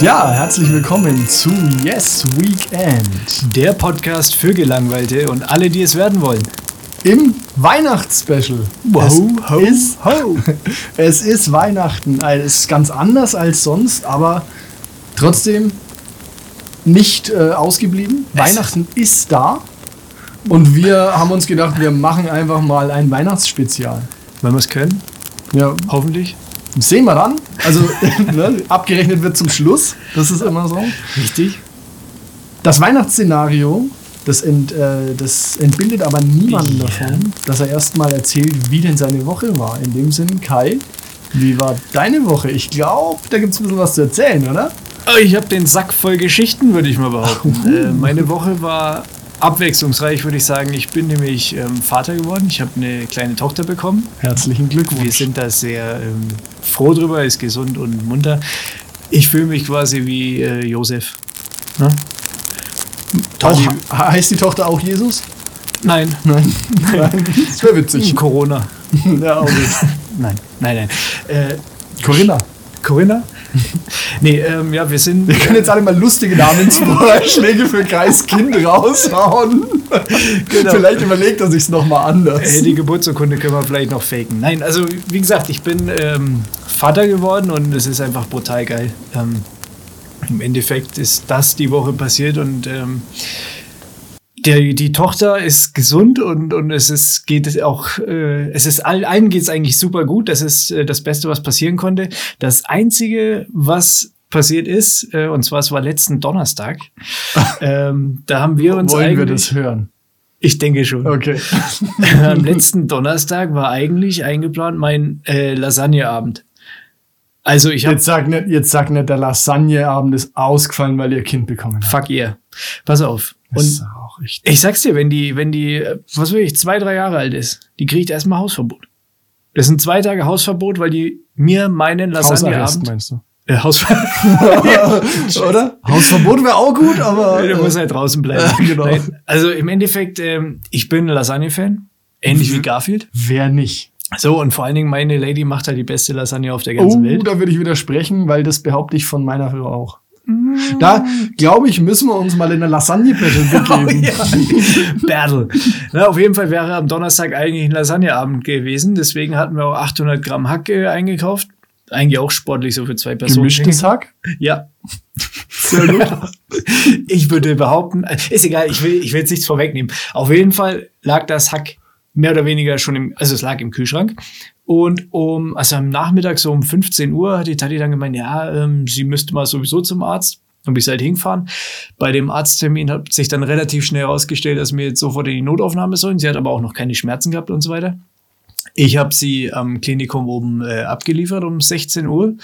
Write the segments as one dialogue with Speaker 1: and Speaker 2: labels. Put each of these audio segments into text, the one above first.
Speaker 1: Ja, herzlich willkommen zu Yes Weekend
Speaker 2: Der Podcast für Gelangweilte und alle, die es werden wollen.
Speaker 1: im Weihnachtsspecial.
Speaker 2: Wow,
Speaker 1: es,
Speaker 2: ho,
Speaker 1: ist, es ist Weihnachten. Also, Es ist ganz anders als sonst, aber trotzdem nicht äh, ausgeblieben.
Speaker 2: Es-
Speaker 1: Weihnachten ist da. Und wir haben uns gedacht, wir machen einfach mal ein Weihnachtsspezial.
Speaker 2: Wenn wir es können,
Speaker 1: Ja,
Speaker 2: hoffentlich.
Speaker 1: sehen wir dann. Also ne, abgerechnet wird zum Schluss. Das ist immer so.
Speaker 2: Richtig.
Speaker 1: Das Weihnachtsszenario, das, ent, äh, das entbindet aber niemanden
Speaker 2: Ja.
Speaker 1: davon, dass er erstmal erzählt, wie denn seine Woche war. In dem Sinn, Kai, wie war deine Woche? Ich glaube, da gibt es ein bisschen was zu erzählen, oder?
Speaker 2: Oh, ich habe den Sack voll Geschichten, würde ich mal behaupten.
Speaker 1: Uh-huh.
Speaker 2: Äh, meine Woche war abwechslungsreich, würde ich sagen. Ich bin nämlich ähm, Vater geworden. Ich habe eine kleine Tochter bekommen.
Speaker 1: Herzlichen Glückwunsch.
Speaker 2: Wir sind da sehr ähm, froh drüber, ist gesund und munter. Ich fühle mich quasi wie äh, Josef. Ne?
Speaker 1: auch,
Speaker 2: Tati-
Speaker 1: Also, he- heißt die Tochter auch Jesus?
Speaker 2: Nein,
Speaker 1: Nein. Nein. Das wäre witzig.
Speaker 2: Corona.
Speaker 1: ja, auch gut.
Speaker 2: Nein, nein, nein. Äh,
Speaker 1: Corinna.
Speaker 2: Corinna? nee, ähm, ja, wir sind.
Speaker 1: Wir können jetzt alle mal lustige Namensvorschläge für Kais Kind raushauen. Vielleicht überlegt er sich's nochmal anders.
Speaker 2: Äh, die Geburtsurkunde können wir vielleicht noch faken. Nein, also wie gesagt, ich bin ähm, Vater geworden und es ist einfach brutal geil. Ähm, Im Endeffekt ist das die Woche passiert und ähm, der, die Tochter ist gesund und, und es ist, geht es auch, äh, es ist all, allen geht es eigentlich super gut. Das ist äh, das Beste, was passieren konnte. Das Einzige, was passiert ist, äh, und zwar es war letzten Donnerstag, ähm, da haben wir uns
Speaker 1: Wollen wir
Speaker 2: eigentlich,
Speaker 1: das hören?
Speaker 2: ich denke schon.
Speaker 1: Okay.
Speaker 2: Am letzten Donnerstag war eigentlich eingeplant mein äh, Lasagneabend. Also ich habe
Speaker 1: Jetzt sag nicht, jetzt sag nicht, der Lasagneabend ist ausgefallen, weil ihr Kind bekommen habt.
Speaker 2: fuck ihr. Pass auf.
Speaker 1: Das
Speaker 2: Und
Speaker 1: auch echt.
Speaker 2: ich sag's dir, wenn die, wenn die, äh, was will ich, zwei, drei Jahre alt ist, die kriegt erstmal Hausverbot. Das sind zwei Tage Hausverbot, weil die mir meinen
Speaker 1: Hausarrest
Speaker 2: Lasagneabend.
Speaker 1: meinst du?
Speaker 2: Äh, Hausverbot.
Speaker 1: Oder? Hausverbot wäre auch gut, aber.
Speaker 2: Der muss
Speaker 1: äh,
Speaker 2: halt draußen bleiben.
Speaker 1: Ja, genau.
Speaker 2: Nein, Also im Endeffekt, ähm, ich bin Lasagne-Fan. Ähnlich
Speaker 1: Mhm.
Speaker 2: wie Garfield.
Speaker 1: wer nicht?
Speaker 2: So, und vor allen Dingen meine Lady macht halt die beste Lasagne auf der ganzen
Speaker 1: Oh,
Speaker 2: Welt.
Speaker 1: da würde ich widersprechen, weil das behaupte ich von meiner Frau auch. Da, glaube ich, müssen wir uns mal in der Lasagne-Battle begeben.
Speaker 2: Genau, Battle. Na, auf jeden Fall wäre am Donnerstag eigentlich ein Lasagneabend gewesen. Deswegen hatten wir auch 800 Gramm Hack äh, eingekauft. Eigentlich auch sportlich so für zwei Personen.
Speaker 1: Gemischtes Hack?
Speaker 2: Ja.
Speaker 1: Sehr gut.
Speaker 2: Ich würde behaupten, äh, ist egal, ich will, ich will jetzt nichts vorwegnehmen. Auf jeden Fall lag das Hack mehr oder weniger schon im, also es lag im Kühlschrank. Und um, also am Nachmittag so um 15 Uhr hat die Tati dann gemeint, ja, ähm, sie müsste mal sowieso zum Arzt. Und ich halt hingefahren. Bei dem Arzttermin hat sich dann relativ schnell herausgestellt, dass wir jetzt sofort in die Notaufnahme sollen. Sie hat aber auch noch keine Schmerzen gehabt und so weiter. Ich habe sie am Klinikum oben äh, abgeliefert um 16 Uhr,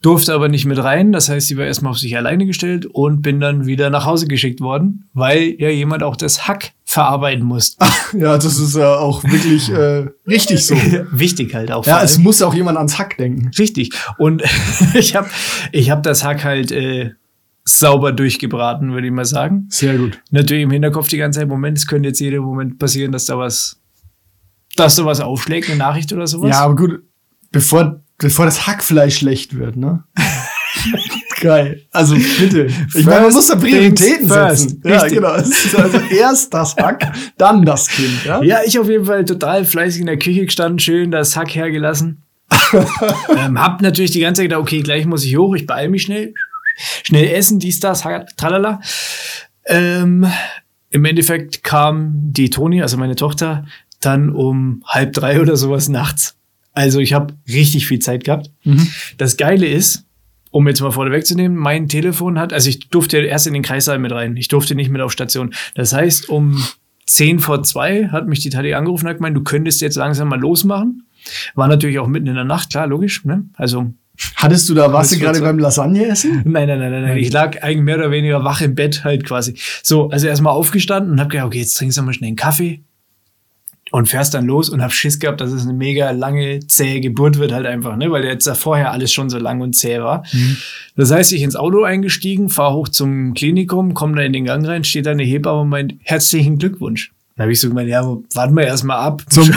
Speaker 2: durfte aber nicht mit rein. Das heißt, sie war erstmal auf sich alleine gestellt und bin dann wieder nach Hause geschickt worden, weil ja jemand auch das Hack verarbeiten muss.
Speaker 1: ja, das ist ja auch wirklich äh, richtig so.
Speaker 2: Wichtig halt auch.
Speaker 1: Ja,
Speaker 2: vor
Speaker 1: es
Speaker 2: allem.
Speaker 1: muss auch jemand ans Hack denken.
Speaker 2: richtig. Und ich habe ich hab das Hack halt äh, sauber durchgebraten, würde ich mal sagen.
Speaker 1: Sehr gut.
Speaker 2: Natürlich im Hinterkopf die ganze Zeit, Moment, es könnte jetzt jeden Moment passieren, dass da was, dass da was aufschlägt, eine Nachricht oder sowas.
Speaker 1: Ja, aber gut, bevor, bevor das Hackfleisch schlecht wird, ne? Geil. Also bitte. Ich meine, man
Speaker 2: First
Speaker 1: muss da Prioritäten
Speaker 2: things first.
Speaker 1: setzen. Ja,
Speaker 2: Richtig.
Speaker 1: genau. Es ist Also erst das Hack, dann das Kind, ja?
Speaker 2: Ja, ich auf jeden Fall total fleißig in der Küche gestanden, schön das Hack hergelassen. ähm, hab natürlich die ganze Zeit gedacht, okay, gleich muss ich hoch, ich beeil mich schnell. Schnell essen, dies, das, Hack, tralala. Ähm, Im Endeffekt kam die Toni, also meine Tochter, dann um halb drei oder sowas nachts. Also ich habe richtig viel Zeit gehabt. Das Geile ist, um jetzt mal vorne wegzunehmen, mein Telefon hat, also ich durfte erst in den Kreissaal mit rein. Ich durfte nicht mit auf Station. Das heißt, um 10 vor 2 hat mich die Tati angerufen und hat gemeint, du könntest jetzt langsam mal losmachen. War natürlich auch mitten in der Nacht, klar, logisch. Ne? Also,
Speaker 1: Hattest du da, warst du
Speaker 2: Das
Speaker 1: gerade
Speaker 2: wird's-
Speaker 1: beim Lasagne essen?
Speaker 2: nein, nein, nein, nein, nein. Ich lag eigentlich mehr oder weniger wach im Bett halt quasi. So, also erstmal aufgestanden und hab gedacht, okay, jetzt trinkst du mal schnell einen Kaffee und fährst dann los und hab Schiss gehabt, dass es eine mega lange, zähe Geburt wird halt einfach, ne? weil jetzt da vorher alles schon so lang und zäh war. Das heißt, ich ins Auto eingestiegen, fahr hoch zum Klinikum, komm da in den Gang rein, steht da eine Hebamme und meint, herzlichen Glückwunsch. Dann habe ich so gemeint, ja, warten wir erstmal ab.
Speaker 1: Zum-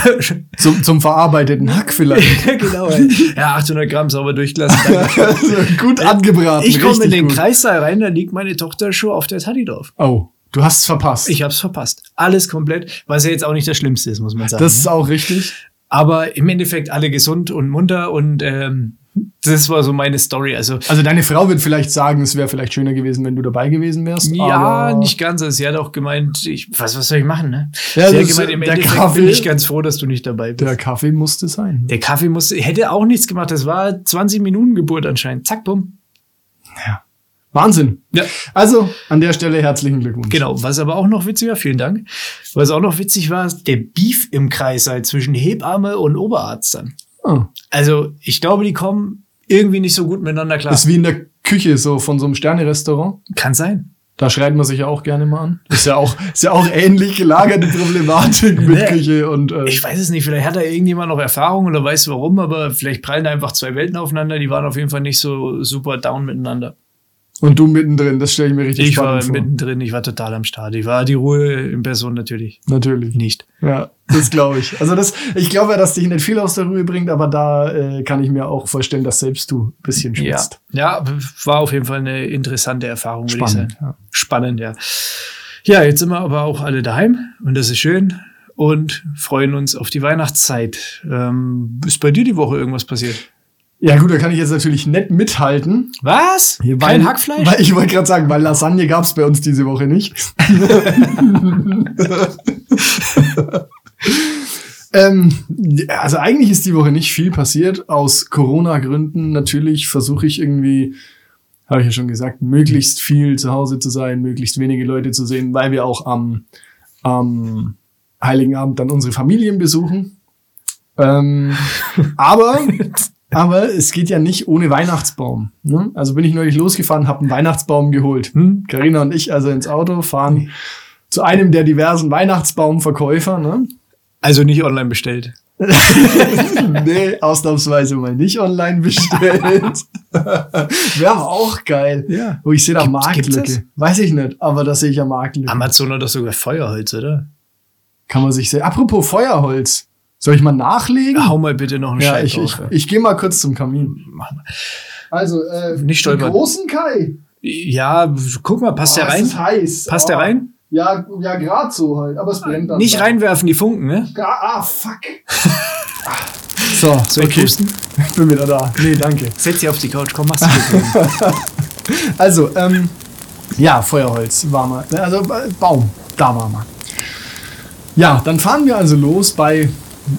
Speaker 1: Zum, zum verarbeiteten Hack vielleicht.
Speaker 2: genau, ey. ja, 800 Gramm sauber durchgelassen. danke.
Speaker 1: Also gut angebraten.
Speaker 2: äh, ich komme in
Speaker 1: richtig
Speaker 2: den
Speaker 1: gut.
Speaker 2: Kreissaal rein, da liegt meine Tochter schon auf der Tati drauf.
Speaker 1: Oh, du hast es verpasst.
Speaker 2: Ich hab's verpasst. Alles komplett, was ja jetzt auch nicht das Schlimmste ist, muss man sagen. ne?
Speaker 1: das ist auch richtig.
Speaker 2: Aber im Endeffekt alle gesund und munter und ähm, das war so meine Story. Also
Speaker 1: Also deine Frau wird vielleicht sagen, es wäre vielleicht schöner gewesen, wenn du dabei gewesen wärst.
Speaker 2: ja,
Speaker 1: aber
Speaker 2: nicht ganz. Also, sie hat auch gemeint, ich, was, was soll ich machen, ne?
Speaker 1: Ja,
Speaker 2: sie hat
Speaker 1: das ist,
Speaker 2: gemeint, im
Speaker 1: äh, der
Speaker 2: Endeffekt
Speaker 1: Kaffee-
Speaker 2: bin ich ganz froh, dass du nicht dabei bist.
Speaker 1: Der Kaffee musste sein.
Speaker 2: Der Kaffee musste, hätte auch nichts gemacht. Das war 20 Minuten Geburt anscheinend. Zack, bumm.
Speaker 1: Wahnsinn.
Speaker 2: Ja.
Speaker 1: Also an der Stelle herzlichen Glückwunsch.
Speaker 2: Genau, was aber auch noch witzig war, vielen Dank. Was auch noch witzig war, der Beef im Kreis halt zwischen Hebamme und Oberarzt dann.
Speaker 1: Ah,
Speaker 2: Also, ich glaube, die kommen irgendwie nicht so gut miteinander klar.
Speaker 1: Das ist wie in der Küche so von so einem Sterne-Restaurant.
Speaker 2: kann sein.
Speaker 1: Da schreit man sich ja auch gerne mal an. Ist ja auch, ist ja auch ähnlich gelagerte Problematik mit
Speaker 2: Nee.
Speaker 1: Küche und äh,
Speaker 2: Ich weiß es nicht, vielleicht hat da irgendjemand noch Erfahrung oder weiß warum, aber vielleicht prallen da einfach zwei Welten aufeinander. Die waren auf jeden Fall nicht so super down miteinander.
Speaker 1: und du mittendrin. Das stelle ich mir richtig
Speaker 2: Ich war
Speaker 1: spannend vor.
Speaker 2: mittendrin, ich war total am Start. Ich war die Ruhe in Person natürlich
Speaker 1: Natürlich.
Speaker 2: nicht.
Speaker 1: Ja, das glaube ich. Also das, ich glaube ja, dass dich nicht viel aus der Ruhe bringt, aber da äh, kann ich mir auch vorstellen, dass selbst du ein bisschen
Speaker 2: Ja.
Speaker 1: schwitzt.
Speaker 2: ja, war auf jeden Fall eine interessante Erfahrung, würde ich sagen.
Speaker 1: Spannend. Ja.
Speaker 2: Spannend, ja. Ja, jetzt sind wir aber auch alle daheim und das ist schön und freuen uns auf die Weihnachtszeit. Ähm, ist bei dir die Woche irgendwas passiert?
Speaker 1: ja gut, da kann ich jetzt natürlich nicht mithalten.
Speaker 2: Was?
Speaker 1: weil-
Speaker 2: Kein Hackfleisch?
Speaker 1: Weil, ich wollte gerade sagen, weil Lasagne gab es bei uns diese Woche nicht. ähm, also eigentlich ist die Woche nicht viel passiert. Aus Corona-Gründen natürlich versuche ich irgendwie, habe ich ja schon gesagt, möglichst viel zu Hause zu sein, möglichst wenige Leute zu sehen, weil wir auch am, am Heiligen Abend dann unsere Familien besuchen. Ähm, aber aber es geht ja nicht ohne Weihnachtsbaum. Ne? Also bin ich neulich losgefahren, habe einen Weihnachtsbaum geholt.
Speaker 2: Hm?
Speaker 1: Carina und ich also ins Auto fahren zu einem der diversen Weihnachtsbaumverkäufer. Ne?
Speaker 2: Also nicht online bestellt.
Speaker 1: nee, ausnahmsweise mal nicht online bestellt. Wäre aber auch geil.
Speaker 2: Ja.
Speaker 1: Oh, ich sehe da
Speaker 2: Gibt- gibt's das?
Speaker 1: Marktlücke. Weiß ich nicht, aber das sehe ich ja Marktlücke.
Speaker 2: Amazon hat doch sogar Feuerholz, oder?
Speaker 1: Kann man sich sehen. Apropos Feuerholz. Soll ich mal nachlegen?
Speaker 2: Hau mal bitte noch einen
Speaker 1: ja,
Speaker 2: Scheiß
Speaker 1: ich, ich,
Speaker 2: drauf. ja.
Speaker 1: ich gehe mal kurz zum Kamin.
Speaker 2: Mach mal.
Speaker 1: Also, äh,
Speaker 2: Nicht stolpern.
Speaker 1: Den großen Kai.
Speaker 2: Ja, guck mal, passt
Speaker 1: Boah,
Speaker 2: der
Speaker 1: es
Speaker 2: rein?
Speaker 1: Ist heiß.
Speaker 2: Passt der
Speaker 1: Ah.
Speaker 2: rein? Ah,
Speaker 1: Ja, ja gerade so halt, aber es brennt dann.
Speaker 2: Nicht reinwerfen, die Funken, ne?
Speaker 1: Ah, ah, fuck. so,
Speaker 2: Soll ich
Speaker 1: okay.
Speaker 2: pusten?
Speaker 1: Ich bin wieder da. Nee, danke.
Speaker 2: Setz dich auf die Couch, komm, mach's bitte.
Speaker 1: Also, ähm, ja, Feuerholz war mal. Also, äh, Baum, da war mal. Ja, dann fahren wir also los bei,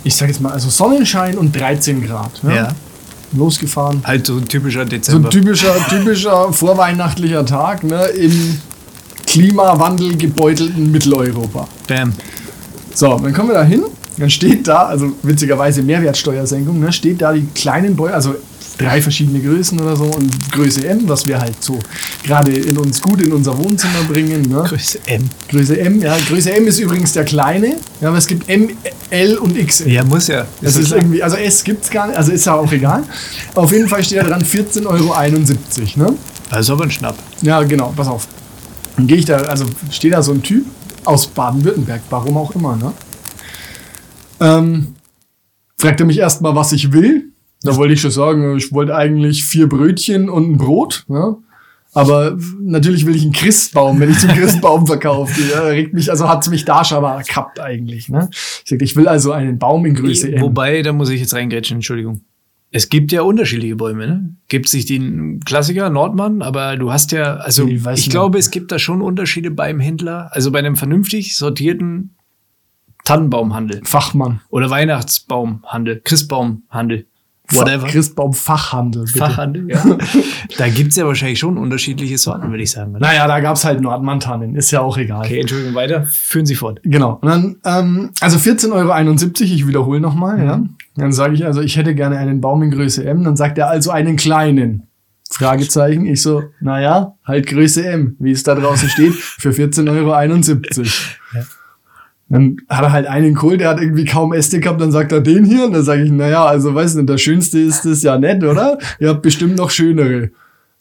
Speaker 1: ich sag jetzt mal, also Sonnenschein und 13 Grad. Ne?
Speaker 2: ja.
Speaker 1: Losgefahren.
Speaker 2: Halt so ein typischer
Speaker 1: So ein
Speaker 2: Dezember.
Speaker 1: typischer, typischer vorweihnachtlicher Tag ne, im klimawandelgebeutelten Mitteleuropa.
Speaker 2: Bam.
Speaker 1: So, dann kommen wir da hin. Dann steht da, also witzigerweise Mehrwertsteuersenkung, ne, steht da die kleinen Bäume, also drei verschiedene Größen oder so und Größe M, was wir halt so gerade in uns gut in unser Wohnzimmer bringen. Ne.
Speaker 2: Größe M.
Speaker 1: Größe M, ja, Größe M ist übrigens der kleine, ja, aber es gibt M, L und XL.
Speaker 2: Ja, muss ja.
Speaker 1: Das
Speaker 2: ja
Speaker 1: ist
Speaker 2: klar.
Speaker 1: irgendwie, also S gibt's gar nicht, also ist ja auch egal. Auf jeden Fall steht da dran 14,71 Euro. Ne?
Speaker 2: Also aber ein Schnapp.
Speaker 1: Ja, genau, pass auf. Dann gehe ich da, also steht da so ein Typ aus Baden-Württemberg, warum auch immer, ne? Ähm, fragt er mich erstmal, was ich will. Da wollte ich schon sagen, ich wollte eigentlich vier Brötchen und ein Brot, ne? Aber natürlich will ich einen Christbaum, wenn ich zum Christbaum verkaufe. Ja, regt mich, also hat's mich da schon mal erkappt eigentlich, ne? Ich sagte, ich will also einen Baum in Größe M.
Speaker 2: Wobei, da muss ich jetzt reingrätschen, Entschuldigung. Es gibt ja unterschiedliche Bäume, ne? Gibt sich den Klassiker Nordmann, aber du hast ja, also
Speaker 1: Nee, weiß
Speaker 2: ich
Speaker 1: nicht.
Speaker 2: glaube, es gibt da schon Unterschiede beim Händler, also bei einem vernünftig sortierten Tannenbaumhandel
Speaker 1: Fachmann.
Speaker 2: oder Weihnachtsbaumhandel, Christbaumhandel,
Speaker 1: Fa-
Speaker 2: whatever.
Speaker 1: Christbaum Fachhandel. Bitte.
Speaker 2: Fachhandel, ja. da gibt's ja wahrscheinlich schon unterschiedliche Sorten, würde ich sagen. Oder?
Speaker 1: Naja, da gab's halt Nordmantanen, ist ja auch egal.
Speaker 2: Okay, Entschuldigung, weiter. Führen Sie fort.
Speaker 1: Genau. Und dann, ähm, also 14,71 Euro, ich wiederhole nochmal, ja. Dann sage ich also, ich hätte gerne einen Baum in Größe M. Dann sagt er also einen kleinen. Fragezeichen. Ich so, naja, halt Größe M, wie es da draußen steht, für 14,71 Euro. Dann hat er halt einen Kohl, der hat irgendwie kaum Äste gehabt, dann sagt er den hier. Und dann sage ich, naja, also weiß nicht, der schönste ist es ja nett, oder? Ihr habt bestimmt noch schönere. Und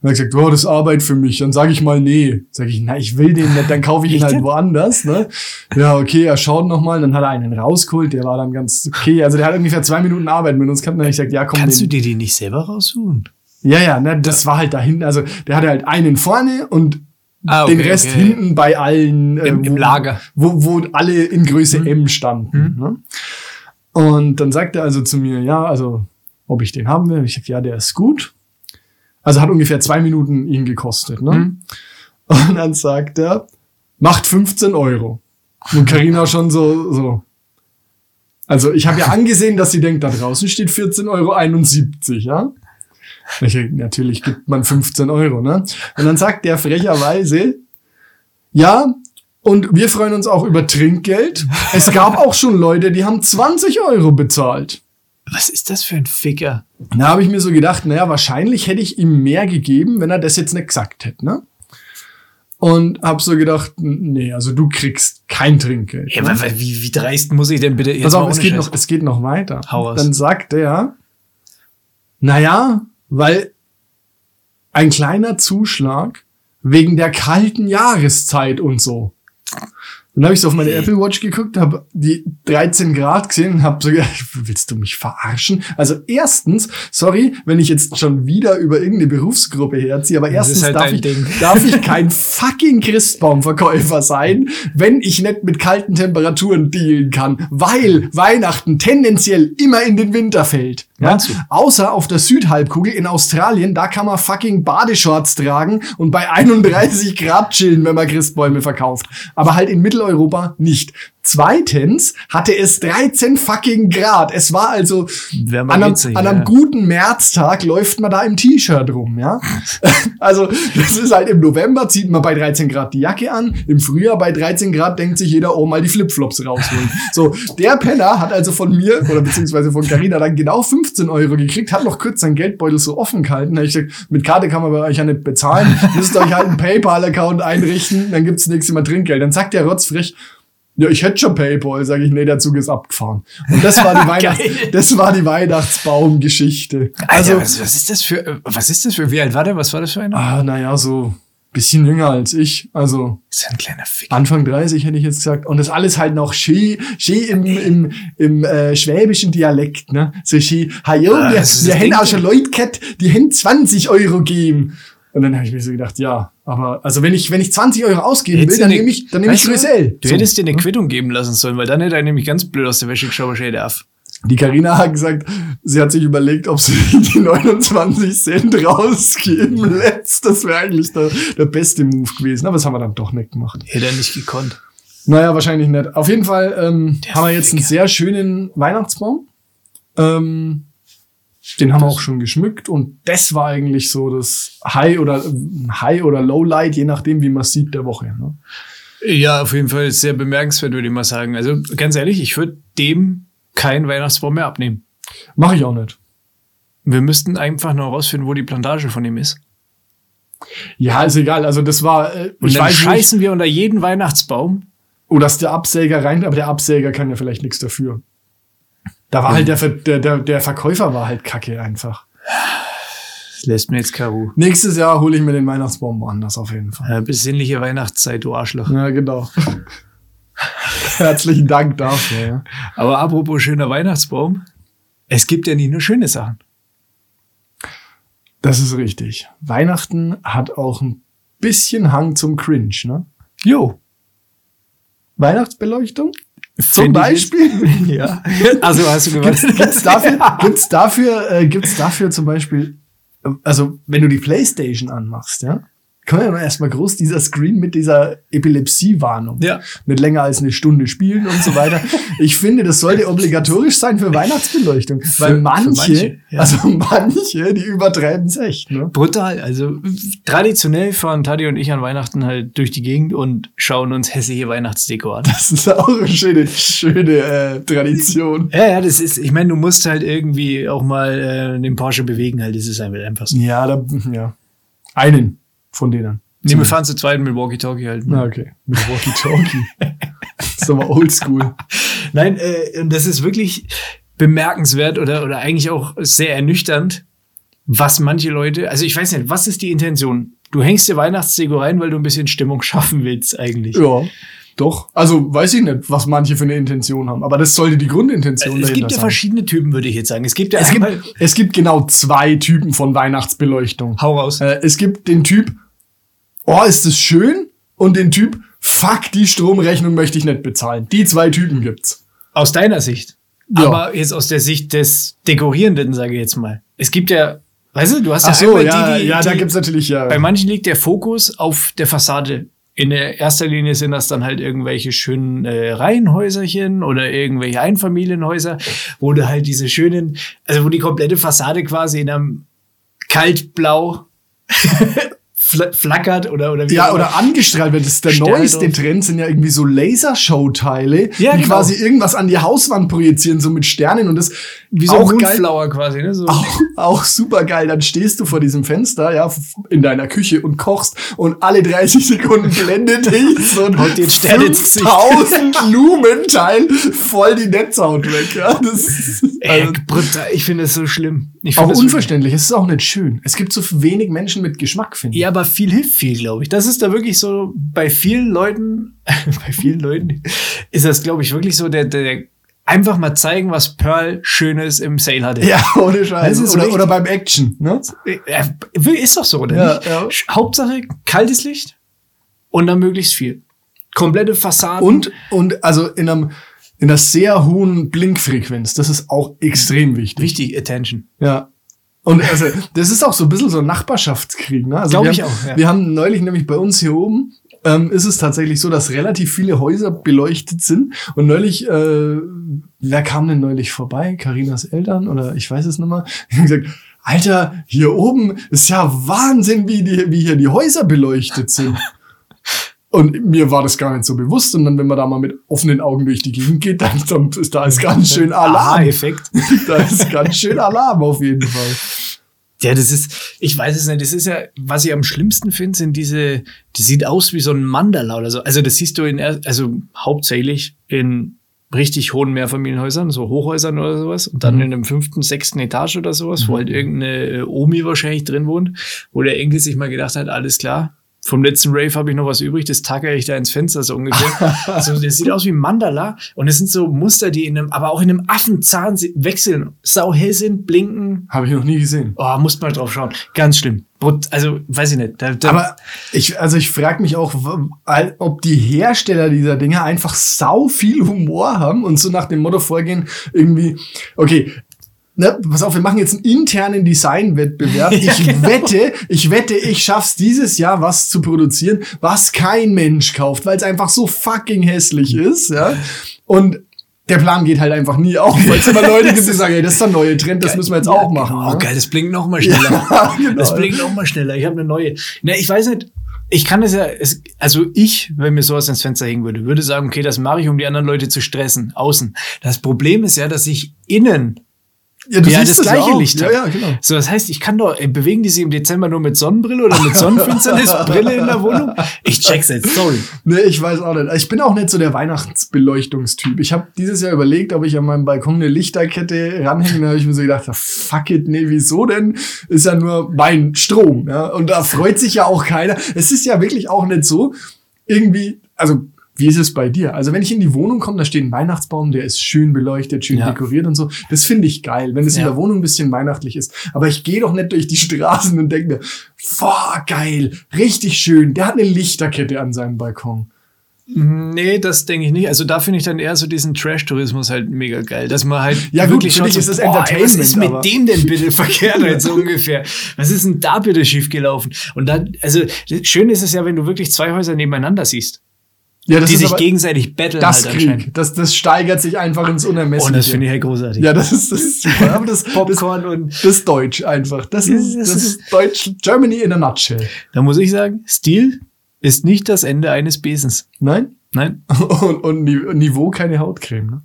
Speaker 1: er hat gesagt, wow, das ist Arbeit für mich. Dann sage ich mal, nee. Sage ich, na, ich will den nicht, dann kaufe ich ihn
Speaker 2: Echt
Speaker 1: halt
Speaker 2: jetzt?
Speaker 1: woanders. Ne? Ja, okay, er schaut nochmal, dann hat er einen rausgeholt, der war dann ganz okay. Also der hat ungefähr zwei Minuten Arbeit mit uns gehabt und dann hab ich gesagt, ja, komm,
Speaker 2: Kannst
Speaker 1: den,
Speaker 2: du dir die nicht selber raussuchen?
Speaker 1: ja, ja, ne, das war halt da hinten. Also der hatte halt einen vorne und
Speaker 2: Ah,
Speaker 1: den Rest hinten bei allen. äh,
Speaker 2: Im- im
Speaker 1: wo-
Speaker 2: Lager. Mhm.
Speaker 1: Wo, wo alle in Größe M standen. Ne? Und dann sagt er also zu mir, ja, also ob ich den haben will. Ich sag, ja, der ist gut. Also hat ungefähr zwei Minuten ihn gekostet. Ne?
Speaker 2: Mhm.
Speaker 1: Und dann sagt er, macht 15 Euro. Und Carina schon so, so. Also ich habe ja angesehen, dass sie denkt, da draußen steht 14,71 Euro, ja? Ich, denk, natürlich gibt man 15 Euro, ne? Und dann sagt der frecherweise, ja, und wir freuen uns auch über Trinkgeld. Es gab auch schon Leute, die haben 20 Euro bezahlt.
Speaker 2: Was ist das für ein Ficker?
Speaker 1: Da habe ich mir so gedacht, naja, wahrscheinlich hätte ich ihm mehr gegeben, wenn er das jetzt nicht gesagt hätte, ne? Und habe so gedacht, n- nee, also du kriegst kein Trinkgeld.
Speaker 2: Ja, wa- wa- wie, wie dreist muss ich denn bitte jetzt
Speaker 1: Pass
Speaker 2: mal
Speaker 1: auf, es
Speaker 2: ohne
Speaker 1: geht,
Speaker 2: Scheiß-
Speaker 1: noch, es geht noch weiter.
Speaker 2: Hau raus.
Speaker 1: Dann sagt er, naja, weil ein kleiner Zuschlag wegen der kalten Jahreszeit und so. Dann habe ich so auf meine Apple Watch geguckt, habe die 13 Grad gesehen und habe so gedacht, willst du mich verarschen? Also erstens, sorry, wenn ich jetzt schon wieder über irgendeine Berufsgruppe herziehe, aber
Speaker 2: Das ist
Speaker 1: erstens
Speaker 2: halt
Speaker 1: darf,
Speaker 2: dein
Speaker 1: ich,
Speaker 2: Ding.
Speaker 1: darf ich kein fucking Christbaumverkäufer sein, wenn ich nicht mit kalten Temperaturen dealen kann, weil Weihnachten tendenziell immer in den Winter fällt. Ja?
Speaker 2: Meinst du?
Speaker 1: Außer auf der Südhalbkugel in Australien, da kann man fucking Badeshorts tragen und bei 31 Grad chillen, wenn man Christbäume verkauft. Aber halt in Mitteleuropa nicht. Zweitens hatte es 13 fucking Grad. Es war also
Speaker 2: Wär
Speaker 1: an
Speaker 2: mal
Speaker 1: einem,
Speaker 2: witzig,
Speaker 1: an
Speaker 2: ja.
Speaker 1: einem guten Märztag läuft man da im T-Shirt rum, ja. also das ist halt im November zieht man bei 13 Grad die Jacke an, im Frühjahr bei 13 Grad denkt sich jeder, oh mal die Flipflops rausholen. so, der Penner hat also von mir oder beziehungsweise von Carina dann genau 15 Euro gekriegt, hat noch kurz seinen Geldbeutel so offen gehalten. Da hab ich gesagt, mit Karte kann man bei euch ja nicht bezahlen, müsst euch halt einen PayPal-Account einrichten, dann gibt's nächstes Mal Trinkgeld. Dann sagt der rotzfrech, ja, ich hätte schon Paypal, sage ich, nee, der Zug ist abgefahren. Und das war die, Weihnachts
Speaker 2: Geil.
Speaker 1: das war die Weihnachtsbaumgeschichte.
Speaker 2: Alter,
Speaker 1: Also,
Speaker 2: was, was ist das für, was ist das für, wie alt war der, was war das für einer?
Speaker 1: ah, naja, so bisschen jünger als ich. Also
Speaker 2: Ist ja ein kleiner Ficker.
Speaker 1: Anfang 30 hätte ich jetzt gesagt. Und das alles halt noch schön, schön im, im, im äh, schwäbischen Dialekt, ne? So schön, ha jo,
Speaker 2: Ah,
Speaker 1: wir,
Speaker 2: das ist
Speaker 1: wir
Speaker 2: das
Speaker 1: hätten
Speaker 2: Ding.
Speaker 1: auch schon Leute gehabt, die hätten 20 Euro geben. Und dann habe ich mir so gedacht, ja, aber also wenn ich, wenn ich 20 Euro ausgeben will,
Speaker 2: Hättest du
Speaker 1: dann
Speaker 2: eine-
Speaker 1: nehme ich, dann nehme ich
Speaker 2: weißt du,
Speaker 1: Größe L.
Speaker 2: Du
Speaker 1: So.
Speaker 2: hättest dir eine Quittung geben lassen sollen, weil dann hätte er nämlich ganz blöd aus der Wäsche geschaut, was er hätte auf.
Speaker 1: Die Karina hat gesagt, sie hat sich überlegt, ob sie die 29 Cent rausgeben lässt. Das wäre eigentlich der, der beste Move gewesen. Aber das haben wir dann doch nicht gemacht.
Speaker 2: Hätte er nicht gekonnt.
Speaker 1: Naja, wahrscheinlich nicht. Auf jeden Fall ähm,
Speaker 2: Der
Speaker 1: haben wir jetzt einen
Speaker 2: Ficker.
Speaker 1: sehr schönen Weihnachtsbaum. Ähm, den haben wir auch schon geschmückt und das war eigentlich so das High oder High oder Lowlight, je nachdem, wie man es sieht, der Woche. Ne?
Speaker 2: Ja, auf jeden Fall sehr bemerkenswert, würde ich mal sagen. Also ganz ehrlich, ich würde dem keinen Weihnachtsbaum mehr abnehmen.
Speaker 1: Mache ich auch nicht.
Speaker 2: Wir müssten einfach nur rausfinden, wo die Plantage von ihm ist.
Speaker 1: Ja, ist egal. Also das war, äh,
Speaker 2: Und
Speaker 1: ich
Speaker 2: dann
Speaker 1: weiß nicht,
Speaker 2: scheißen wir unter jeden Weihnachtsbaum.
Speaker 1: Oh, dass der Absäger rein, aber der Absäger kann ja vielleicht nichts dafür. Da war halt der, Ver der, der, der Verkäufer war halt kacke einfach.
Speaker 2: Das lässt mir jetzt Karu.
Speaker 1: Nächstes Jahr hole ich mir den Weihnachtsbaum woanders auf jeden Fall.
Speaker 2: Ja, Äh, besinnliche Weihnachtszeit, du Arschloch.
Speaker 1: Ja, genau. Herzlichen Dank dafür. Ja.
Speaker 2: Aber apropos schöner Weihnachtsbaum, es gibt ja nicht nur schöne Sachen.
Speaker 1: Das ist richtig. Weihnachten hat auch ein bisschen Hang zum Cringe, ne?
Speaker 2: Jo.
Speaker 1: Weihnachtsbeleuchtung?
Speaker 2: Find
Speaker 1: Zum
Speaker 2: ich
Speaker 1: Beispiel?
Speaker 2: jetzt- Ja. Also hast du gewusst.
Speaker 1: Gibt's dafür, gibt's dafür, äh, gibt's dafür zum Beispiel, äh, also wenn du die Playstation anmachst, ja, kann ja erstmal groß dieser Screen mit dieser Epilepsie-Warnung.
Speaker 2: Ja.
Speaker 1: Nicht länger als eine Stunde spielen und so weiter. Ich finde, das sollte obligatorisch sein für Weihnachtsbeleuchtung. weil
Speaker 2: für
Speaker 1: manche,
Speaker 2: manche, ja.
Speaker 1: also manche, die übertreiben es echt, ne?
Speaker 2: Brutal. Also traditionell fahren Tadi und ich an Weihnachten halt durch die Gegend und schauen uns hässliche Weihnachtsdeko an.
Speaker 1: Das ist auch eine schöne, schöne äh, Tradition.
Speaker 2: Ja, ja, das ist, ich meine, du musst halt irgendwie auch mal äh, den Porsche bewegen, halt, das ist halt einfach so.
Speaker 1: Ja, da, ja. Einen von denen.
Speaker 2: Nee, wir fahren zu zweit mit Walkie-Talkie halt.
Speaker 1: Na, okay. Mit Walkie-Talkie. das ist aber oldschool.
Speaker 2: Nein, äh, und das ist wirklich bemerkenswert oder, oder eigentlich auch sehr ernüchternd, was manche Leute, also ich weiß nicht, was ist die Intention? Du hängst dir Weihnachtsdeko rein, weil du ein bisschen Stimmung schaffen willst eigentlich.
Speaker 1: Ja, doch. Also weiß ich nicht, was manche für eine Intention haben, aber das sollte die Grundintention
Speaker 2: es gibt ja
Speaker 1: sein.
Speaker 2: verschiedene Typen, würde ich jetzt sagen. Es gibt ja
Speaker 1: es,
Speaker 2: einmal,
Speaker 1: gibt, es gibt genau zwei Typen von Weihnachtsbeleuchtung.
Speaker 2: hau raus.
Speaker 1: Äh, es gibt den Typ, oh, ist das schön? Und den Typ, fuck, die Stromrechnung möchte ich nicht bezahlen. Die zwei Typen gibt's.
Speaker 2: Aus deiner Sicht.
Speaker 1: Ja.
Speaker 2: Aber jetzt aus der Sicht des Dekorierenden, sage ich jetzt mal. Es gibt ja, weißt du, du hast ja
Speaker 1: Ach so,
Speaker 2: einmal
Speaker 1: ja,
Speaker 2: die, die,
Speaker 1: ja,
Speaker 2: die
Speaker 1: da gibt's natürlich ja.
Speaker 2: bei manchen liegt der Fokus auf der Fassade. In der erster Linie sind das dann halt irgendwelche schönen äh, Reihenhäuserchen oder irgendwelche Einfamilienhäuser, wo du halt diese schönen, also wo die komplette Fassade quasi in einem kaltblau fla- flackert oder oder wie
Speaker 1: Ja,
Speaker 2: auch immer.
Speaker 1: oder angestrahlt wird. Das ist der
Speaker 2: Sterne
Speaker 1: neueste
Speaker 2: drauf.
Speaker 1: Trend, sind ja irgendwie so Lasershow-Teile,
Speaker 2: Ja,
Speaker 1: die
Speaker 2: genau.
Speaker 1: quasi irgendwas an die Hauswand projizieren, so mit Sternen und das
Speaker 2: wie so
Speaker 1: auch
Speaker 2: ein
Speaker 1: geil.
Speaker 2: Moonflower quasi, ne? So.
Speaker 1: Auch, auch super geil. Dann stehst du vor diesem Fenster, ja, in deiner Küche und kochst und alle 30 Sekunden blendet dich so ein
Speaker 2: Haut dir einen Stern ins Gesicht.
Speaker 1: 5000 Lumenteil voll die Netzhaut weg, ja. Das ist,
Speaker 2: Ey,
Speaker 1: also,
Speaker 2: brutal. ich finde das so schlimm. Ich find
Speaker 1: auch
Speaker 2: das wirklich-
Speaker 1: unverständlich. Es ist auch nicht schön. Es gibt so wenig Menschen mit Geschmack, finde ich.
Speaker 2: Ja, aber viel hilft viel, glaube ich. Das ist da wirklich so, bei vielen Leuten, bei vielen Leuten ist das, glaube ich, wirklich so der, der, einfach mal zeigen, was Pearl Schönes im Sale hatte.
Speaker 1: Ja, ohne
Speaker 2: Das
Speaker 1: Scheiße.
Speaker 2: ist
Speaker 1: Oder,
Speaker 2: richtig-
Speaker 1: oder beim Action, ne?
Speaker 2: Äh, Ist doch so, oder
Speaker 1: Ja,
Speaker 2: nicht?
Speaker 1: ja.
Speaker 2: Sch- Hauptsache kaltes Licht und dann möglichst viel. Komplette Fassaden.
Speaker 1: Und, und also in einem, in einer sehr hohen Blinkfrequenz. Das ist auch extrem wichtig.
Speaker 2: Richtig, Attention.
Speaker 1: Ja. Und also, das ist auch so ein bisschen so ein Nachbarschaftskrieg, ne? Also
Speaker 2: Glaub
Speaker 1: wir
Speaker 2: ich
Speaker 1: haben,
Speaker 2: auch, ja.
Speaker 1: Wir haben neulich nämlich bei uns hier oben, ähm, ist es tatsächlich so, dass relativ viele Häuser beleuchtet sind. Und neulich, äh, wer kam denn neulich vorbei? Karinas Eltern oder ich weiß es nicht mehr. Die haben gesagt, Alter, hier oben ist ja Wahnsinn, wie, die, wie hier die Häuser beleuchtet sind. Und mir war das gar nicht so bewusst. Und dann, wenn man da mal mit offenen Augen durch die Gegend geht, dann, dann ist da ist ganz schön Alarm.
Speaker 2: Aha-Effekt.
Speaker 1: Da ist ganz schön Alarm auf jeden Fall.
Speaker 2: Ja, das ist, ich weiß es nicht, das ist ja, was ich am schlimmsten finde, sind diese, das sieht aus wie so ein Mandala oder so. Also das siehst du in, er- also hauptsächlich in richtig hohen Mehrfamilienhäusern, so Hochhäusern oder sowas und dann in einem fünften, sechsten Etage oder sowas, wo halt irgendeine äh, Omi wahrscheinlich drin wohnt, wo der Enkel sich mal gedacht hat, alles klar, vom letzten Rave habe ich noch was übrig, das tackere ich da ins Fenster so ungefähr. also, das sieht aus wie ein Mandala und es sind so Muster, die in einem, aber auch in einem Affenzahn si- wechseln, sauhell sind, blinken,
Speaker 1: Habe ich noch nie gesehen.
Speaker 2: Oh, muss mal drauf schauen. Ganz schlimm. Brut- Also, weiß ich nicht. Da, da,
Speaker 1: Aber ich, also ich frage mich auch, w- all- ob die Hersteller dieser Dinge einfach sau viel Humor haben und so nach dem Motto vorgehen, irgendwie, okay, ne, pass auf, wir machen jetzt einen internen Designwettbewerb.
Speaker 2: Ja,
Speaker 1: ich wette, ich wette, ich schaff's dieses Jahr was zu produzieren, was kein Mensch kauft, weil es einfach so fucking hässlich ist, ja. Und der Plan geht halt einfach nie auf, weil es immer Leute gibt, die sagen, ey, das ist der neue Trend, das müssen wir jetzt auch machen.
Speaker 2: oh,
Speaker 1: ne?
Speaker 2: geil, das blinkt noch mal schneller.
Speaker 1: Ja, genau.
Speaker 2: Das blinkt noch mal schneller. Ich habe eine neue. Ne, ich weiß nicht. Ich kann das ja, es, also ich, wenn mir sowas ins Fenster hängen würde, würde sagen, okay, das mache ich, um die anderen Leute zu stressen, außen. Das Problem ist ja, dass ich innen
Speaker 1: Ja, du
Speaker 2: ja,
Speaker 1: siehst
Speaker 2: das gleiche
Speaker 1: auch.
Speaker 2: Licht
Speaker 1: Ja,
Speaker 2: hat.
Speaker 1: ja, genau.
Speaker 2: So, das heißt, ich kann doch, äh, bewegen die sich im Dezember nur mit Sonnenbrille oder mit Sonnenfinsternisbrille in der Wohnung? Ich check's jetzt, sorry.
Speaker 1: Nee, ich weiß auch nicht. Ich bin auch nicht so der Weihnachtsbeleuchtungstyp. Ich habe dieses Jahr überlegt, ob ich an meinem Balkon eine Lichterkette ranhänge. Da habe ich mir so gedacht, ah, fuck it, nee, wieso denn? Ist ja nur mein Strom. Ja? Und da freut sich ja auch keiner. Es ist ja wirklich auch nicht so irgendwie, also wie ist es bei dir? Also wenn ich in die Wohnung komme, da steht ein Weihnachtsbaum, der ist schön beleuchtet, schön
Speaker 2: Ja.
Speaker 1: dekoriert und so. Das finde ich geil, wenn es in
Speaker 2: Ja.
Speaker 1: der Wohnung ein bisschen weihnachtlich ist. Aber ich gehe doch nicht durch die Straßen und denke mir, boah, geil, richtig schön. Der hat eine Lichterkette an seinem Balkon.
Speaker 2: Nee, das denke ich nicht. Also da finde ich dann eher so diesen Trash-Tourismus halt mega geil, dass man halt
Speaker 1: Ja, gut, für
Speaker 2: schaut
Speaker 1: dich
Speaker 2: so,
Speaker 1: ist das
Speaker 2: boah, ey, Was
Speaker 1: Entertainment,
Speaker 2: ist mit
Speaker 1: aber-
Speaker 2: dem denn bitte verkehrt halt so ungefähr? Was ist denn da bitte schief gelaufen? Und dann, also schön ist es ja, wenn du wirklich zwei Häuser nebeneinander siehst,
Speaker 1: Ja, das
Speaker 2: die
Speaker 1: ist
Speaker 2: sich
Speaker 1: aber
Speaker 2: gegenseitig battlen
Speaker 1: das
Speaker 2: halt anscheinend.
Speaker 1: Krieg. Das, das steigert sich einfach ins Unermessliche.
Speaker 2: Und das finde ich halt großartig.
Speaker 1: ja, das ist, das ist super. Aber das, das,
Speaker 2: Popcorn und
Speaker 1: das ist Deutsch einfach. Das
Speaker 2: Ja,
Speaker 1: ist,
Speaker 2: das
Speaker 1: das
Speaker 2: ist-
Speaker 1: ist Deutsch, Germany in a nutshell.
Speaker 2: da muss ich sagen, Stil ist nicht das Ende eines Besens.
Speaker 1: Nein?
Speaker 2: Nein,
Speaker 1: Und, und Ni- Niveau keine Hautcreme. Ne?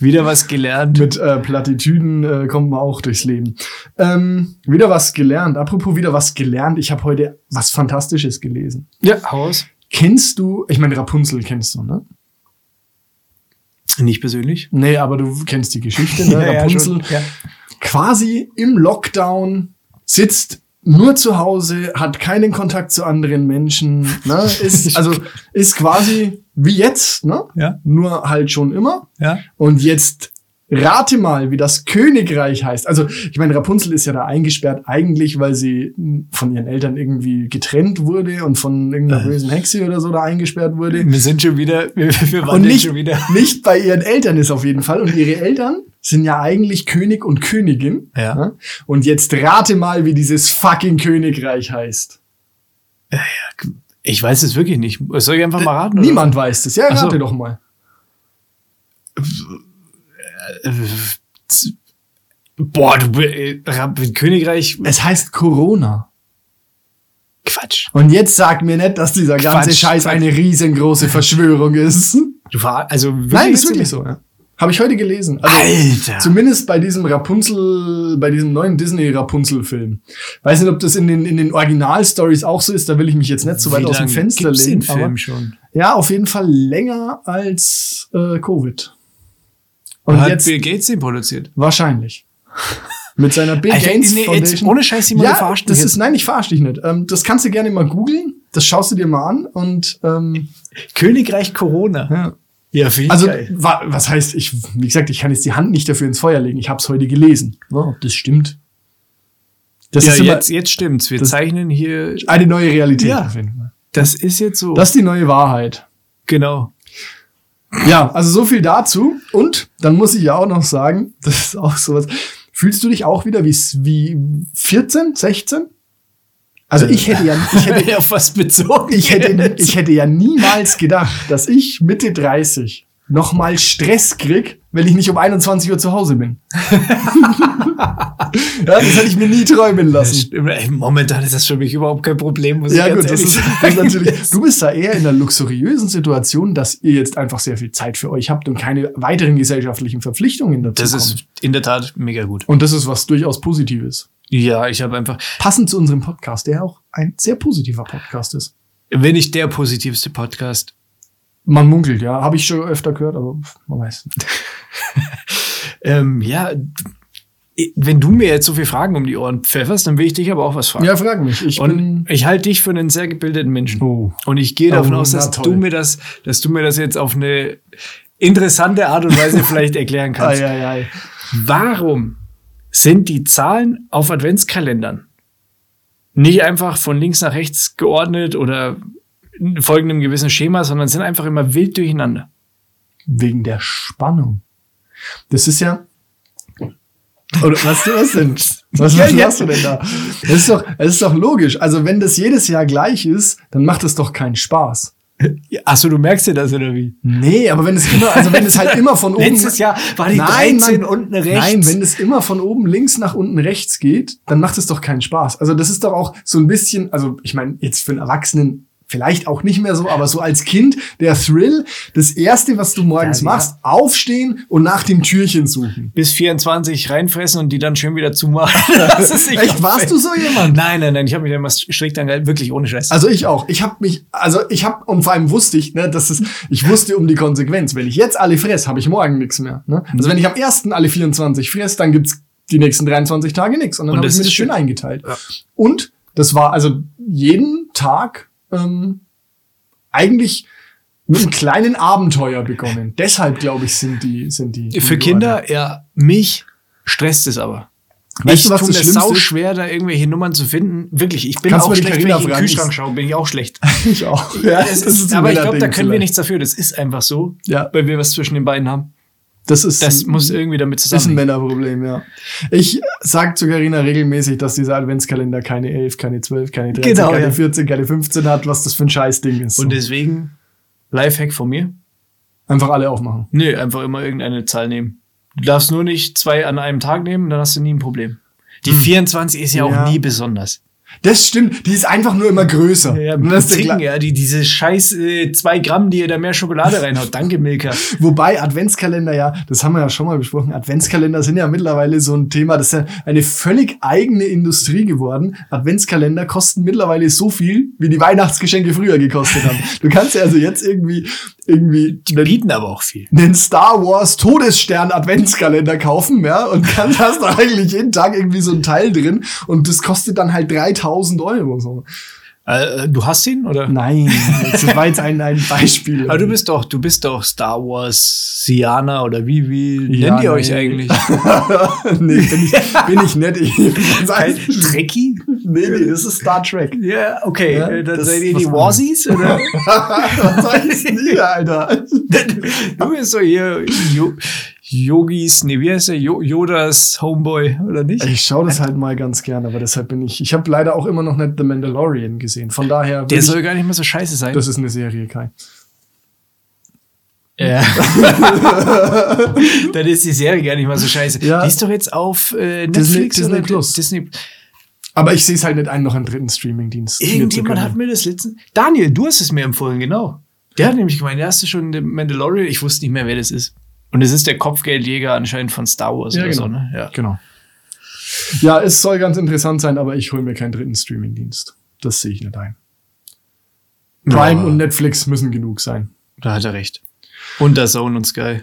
Speaker 2: wieder was gelernt.
Speaker 1: Mit äh, Plattitüden äh, kommt man auch durchs Leben. Ähm, wieder was gelernt. Apropos wieder was gelernt. Ich habe heute was Fantastisches gelesen.
Speaker 2: Ja, Haus.
Speaker 1: Kennst du, ich meine Rapunzel kennst du, ne?
Speaker 2: Nicht persönlich.
Speaker 1: Nee, aber du kennst die Geschichte, ne?
Speaker 2: Ja, ja,
Speaker 1: Rapunzel.
Speaker 2: schon, ja.
Speaker 1: Quasi im Lockdown sitzt nur zu Hause, hat keinen Kontakt zu anderen Menschen, ne? Ist, also, ist quasi wie jetzt, ne?
Speaker 2: Ja.
Speaker 1: Nur halt schon immer.
Speaker 2: Ja.
Speaker 1: Und jetzt rate mal, wie das Königreich heißt. Also, ich meine, Rapunzel ist ja da eingesperrt eigentlich, weil sie mh, von ihren Eltern irgendwie getrennt wurde und von
Speaker 2: Äh.
Speaker 1: irgendeiner bösen Hexe oder so da eingesperrt wurde.
Speaker 2: Wir sind schon wieder, wir, wir
Speaker 1: Und
Speaker 2: wandeln
Speaker 1: nicht,
Speaker 2: schon wieder.
Speaker 1: nicht bei ihren Eltern ist auf jeden Fall. Und ihre Eltern sind ja eigentlich König und Königin.
Speaker 2: Ja.
Speaker 1: Und jetzt rate mal, wie dieses fucking Königreich heißt.
Speaker 2: Ich weiß es wirklich nicht. Soll ich einfach mal raten? oder?
Speaker 1: Niemand weiß das. Ja,
Speaker 2: Äh. Ach so.
Speaker 1: rate doch mal.
Speaker 2: Z- Äh, Boah, du äh, Rab- Königreich. äh,
Speaker 1: Es heißt Corona.
Speaker 2: Quatsch.
Speaker 1: Und jetzt sag mir nicht, dass dieser ganze
Speaker 2: Quatsch,
Speaker 1: Scheiß
Speaker 2: Quatsch.
Speaker 1: eine riesengroße Verschwörung ist.
Speaker 2: Du war also
Speaker 1: Nein, ist
Speaker 2: jetzt-
Speaker 1: wirklich so. Ja. Habe ich heute gelesen. Also,
Speaker 2: Alter.
Speaker 1: Zumindest bei diesem Rapunzel, bei diesem neuen Disney-Rapunzel-Film. Weiß nicht, ob das in den, in den Original-Stories auch so ist, da will ich mich jetzt nicht so weit
Speaker 2: Wie
Speaker 1: aus dem
Speaker 2: lange
Speaker 1: Fenster
Speaker 2: gibt's
Speaker 1: lehnen.
Speaker 2: Den
Speaker 1: aber-
Speaker 2: Film schon.
Speaker 1: Ja, auf jeden Fall länger als äh, Covid. Und
Speaker 2: Hat
Speaker 1: jetzt
Speaker 2: Bill Gates den produziert?
Speaker 1: wahrscheinlich. Mit seiner Bill
Speaker 2: Alter,
Speaker 1: Gates
Speaker 2: nee, jetzt
Speaker 1: Foundation.
Speaker 2: ohne Scheiß, Simon, du
Speaker 1: ja,
Speaker 2: verarschst mich
Speaker 1: das
Speaker 2: jetzt.
Speaker 1: ist, nein, ich verarsch dich nicht. Ähm, das kannst du gerne mal googeln. Das schaust du dir mal an und ähm,
Speaker 2: Königreich Corona.
Speaker 1: ja.
Speaker 2: Ja, viel
Speaker 1: also wa was heißt ich? Wie gesagt, ich kann jetzt die Hand nicht dafür ins Feuer legen. Ich habe es heute gelesen. Ja, ob das stimmt? Das
Speaker 2: ja,
Speaker 1: ist immer
Speaker 2: jetzt, jetzt stimmt's. Wir
Speaker 1: das-
Speaker 2: zeichnen hier.
Speaker 1: eine neue Realität.
Speaker 2: Ja.
Speaker 1: auf jeden Fall.
Speaker 2: Das ist jetzt so.
Speaker 1: Das ist die neue Wahrheit.
Speaker 2: genau.
Speaker 1: Ja, also so viel dazu. Und dann muss ich ja auch noch sagen, das ist auch sowas. Fühlst du dich auch wieder wie, s- wie 14, 16? Also ich hätte ja, ich hätte,
Speaker 2: auf was bezogen?
Speaker 1: ich hätte,
Speaker 2: jetzt?
Speaker 1: ich hätte ja niemals gedacht, dass ich Mitte 30 nochmal Stress krieg, wenn ich nicht um 21 Uhr zu Hause bin. ja, das hätte ich mir nie träumen lassen.
Speaker 2: Stimmt, ey, Momentan ist das für mich überhaupt kein Problem, muss
Speaker 1: Ja,
Speaker 2: ich ganz
Speaker 1: gut, das
Speaker 2: ehrlich
Speaker 1: ist, das ist
Speaker 2: sagen.
Speaker 1: natürlich. Du bist da eher in der luxuriösen Situation, dass ihr jetzt einfach sehr viel Zeit für euch habt und keine weiteren gesellschaftlichen Verpflichtungen dazu
Speaker 2: Das
Speaker 1: kommen.
Speaker 2: ist in der Tat mega gut.
Speaker 1: Und das ist was durchaus Positives.
Speaker 2: Ja, ich habe einfach,
Speaker 1: Passend zu unserem Podcast, der auch ein sehr positiver Podcast ist.
Speaker 2: wenn nicht der positivste Podcast.
Speaker 1: Man munkelt, ja. Habe ich schon öfter gehört, aber man weiß.
Speaker 2: Ähm, ja, wenn du mir jetzt so viele Fragen um die Ohren pfefferst, dann will ich dich aber auch was fragen.
Speaker 1: Ja, frag mich. Ich
Speaker 2: Und
Speaker 1: bin.
Speaker 2: ich halte dich für einen sehr gebildeten Menschen.
Speaker 1: Oh.
Speaker 2: Und ich gehe davon
Speaker 1: Oh,
Speaker 2: aus,
Speaker 1: na
Speaker 2: dass
Speaker 1: toll.
Speaker 2: du mir das, dass du mir das jetzt auf eine interessante Art und Weise vielleicht erklären kannst.
Speaker 1: Ei, ei, ei.
Speaker 2: Warum sind die Zahlen auf Adventskalendern nicht einfach von links nach rechts geordnet oder folgen einem gewissen Schema, sondern sind einfach immer wild durcheinander?
Speaker 1: Wegen der Spannung. Das ist ja. Oder was, was denn? Was
Speaker 2: Ja,
Speaker 1: was
Speaker 2: ja.
Speaker 1: machst du denn da? Das ist, doch, das ist doch logisch. Also, wenn das jedes Jahr gleich ist, dann macht es doch keinen Spaß.
Speaker 2: Achso, du merkst dir das oder wie?
Speaker 1: Nee, aber wenn es immer, also wenn es halt immer von oben.
Speaker 2: Letztes Jahr war die 13 unten rechts.
Speaker 1: Nein, wenn es immer von oben links nach unten rechts geht, dann macht es doch keinen Spaß. Also das ist doch auch so ein bisschen, also ich meine, jetzt für einen Erwachsenen vielleicht auch nicht mehr so, aber so als Kind der Thrill, das erste, was du morgens
Speaker 2: Ja, ja.
Speaker 1: machst, aufstehen und nach dem Türchen suchen.
Speaker 2: Bis 24 reinfressen und die dann schön wieder zumachen. Das ist nicht
Speaker 1: Echt, warst du so jemand?
Speaker 2: Nein, nein, nein, ich habe mich da immer strikt angehalten, wirklich ohne Scheiß.
Speaker 1: Also ich auch. Ich habe mich, also ich habe und vor allem wusste ich, ne, dass es, ich wusste um die Konsequenz. Wenn ich jetzt alle fress, habe ich morgen nichts mehr. Ne? Also
Speaker 2: Mhm.
Speaker 1: wenn ich am ersten alle 24 fress, dann gibt's die nächsten 23 Tage nichts. Und dann
Speaker 2: Und
Speaker 1: habe ich
Speaker 2: das
Speaker 1: mir
Speaker 2: ist
Speaker 1: das schön
Speaker 2: schön.
Speaker 1: eingeteilt. Und das war also jeden Tag ähm, eigentlich mit einem kleinen Abenteuer begonnen. Deshalb glaube ich sind die sind die
Speaker 2: Für
Speaker 1: die
Speaker 2: Kinder, ja, mich stresst es aber.
Speaker 1: Weißt
Speaker 2: ich
Speaker 1: du, was
Speaker 2: tue
Speaker 1: das
Speaker 2: mir
Speaker 1: Schlimmste
Speaker 2: sau
Speaker 1: ist?
Speaker 2: schwer, da irgendwelche Nummern zu finden. Wirklich, ich bin
Speaker 1: Kannst du
Speaker 2: auch
Speaker 1: mal die
Speaker 2: schlecht, wenn ich
Speaker 1: Carina
Speaker 2: in den
Speaker 1: fragen?
Speaker 2: Kühlschrank schaue, bin ich auch schlecht.
Speaker 1: ich auch. Ja,
Speaker 2: Das ist,
Speaker 1: ein
Speaker 2: aber ich glaube, da
Speaker 1: Männerding
Speaker 2: können wir
Speaker 1: vielleicht.
Speaker 2: nichts dafür. Das ist einfach so,
Speaker 1: Ja.
Speaker 2: weil wir was zwischen den beiden haben.
Speaker 1: Das ist
Speaker 2: Das muss irgendwie damit
Speaker 1: Ist ein
Speaker 2: zusammenhängen.
Speaker 1: Männerproblem, ja. Ich sag zu Carina regelmäßig, dass dieser Adventskalender keine 11, keine 12, keine 13,
Speaker 2: Genau,
Speaker 1: keine
Speaker 2: ja.
Speaker 1: 14, keine 15 hat, was das für ein Scheißding ist.
Speaker 2: Und deswegen, Lifehack von mir.
Speaker 1: Einfach alle aufmachen.
Speaker 2: Nö, einfach immer irgendeine Zahl nehmen. Du darfst nur nicht zwei an einem Tag nehmen, dann hast du nie ein Problem. Die 24 ist ja auch
Speaker 1: Hm. Ja.
Speaker 2: nie besonders.
Speaker 1: Das stimmt, die ist einfach nur immer größer.
Speaker 2: Ja,
Speaker 1: Und das ist der
Speaker 2: trinken,
Speaker 1: Kle-
Speaker 2: ja, die, diese scheiß äh, zwei Gramm, die ihr da mehr Schokolade reinhaut. Danke, Milka.
Speaker 1: Wobei Adventskalender ja, das haben wir ja schon mal besprochen, Adventskalender sind ja mittlerweile so ein Thema, das ist ja eine völlig eigene Industrie geworden. Adventskalender kosten mittlerweile so viel, wie die Weihnachtsgeschenke früher gekostet haben. Du kannst ja also jetzt irgendwie, irgendwie
Speaker 2: Die bieten aber auch viel.
Speaker 1: einen Star Wars Todesstern Adventskalender kaufen, ja, und dann hast du eigentlich jeden Tag irgendwie so ein Teil drin und das kostet dann halt 3000 Euro. So.
Speaker 2: Äh, du hast ihn, oder?
Speaker 1: Nein, das war jetzt ein, ein Beispiel.
Speaker 2: Aber du bist doch, du bist doch Star Wars, Siana oder wie, wie
Speaker 1: Ja,
Speaker 2: nennt ihr euch
Speaker 1: nee.
Speaker 2: eigentlich?
Speaker 1: nee, bin ich, bin ich nett. Ich,
Speaker 2: Kein Trekkie?
Speaker 1: Nee, nee, das ist Star Trek.
Speaker 2: Ja, okay.
Speaker 1: Ja,
Speaker 2: äh, dann
Speaker 1: das-
Speaker 2: seid ihr
Speaker 1: was
Speaker 2: die
Speaker 1: man-
Speaker 2: Warsies, oder?
Speaker 1: Was soll ich nie, Alter?
Speaker 2: du bist doch hier Jo- Yogis, nee, wie heißt der? Jo Yodas Homeboy, oder nicht?
Speaker 1: Ich schaue das halt mal ganz gern, aber deshalb bin ich. Ich habe leider auch immer noch nicht The Mandalorian gesehen. Von daher.
Speaker 2: Der
Speaker 1: will
Speaker 2: soll gar nicht mehr so scheiße
Speaker 1: ich,
Speaker 2: sein.
Speaker 1: das ist eine Serie, Kai.
Speaker 2: Ja. Dann ist die Serie gar nicht mal so scheiße.
Speaker 1: Ja.
Speaker 2: Die ist doch jetzt auf äh,
Speaker 1: Disney-
Speaker 2: Netflix
Speaker 1: Disney
Speaker 2: oder
Speaker 1: Plus.
Speaker 2: Disney.
Speaker 1: Aber ich sehe es halt nicht ein, noch einen dritten Streamingdienst. mir zu
Speaker 2: Irgendjemand
Speaker 1: gönnen.
Speaker 2: hat mir das letzten. Daniel, du hast es mir empfohlen, genau. Der hat nämlich gemeint, der hast du schon den Mandalorian. Ich wusste nicht mehr, wer das ist. Und es ist der Kopfgeldjäger anscheinend von Star Wars
Speaker 1: Ja,
Speaker 2: oder
Speaker 1: genau.
Speaker 2: so, ne? Ja.
Speaker 1: Genau. Ja, es soll ganz interessant sein, aber ich hole mir keinen dritten Streamingdienst. Das sehe ich nicht ein. Prime
Speaker 2: Ja.
Speaker 1: und Netflix müssen genug sein.
Speaker 2: Da hat er recht. Und der Zone und Sky.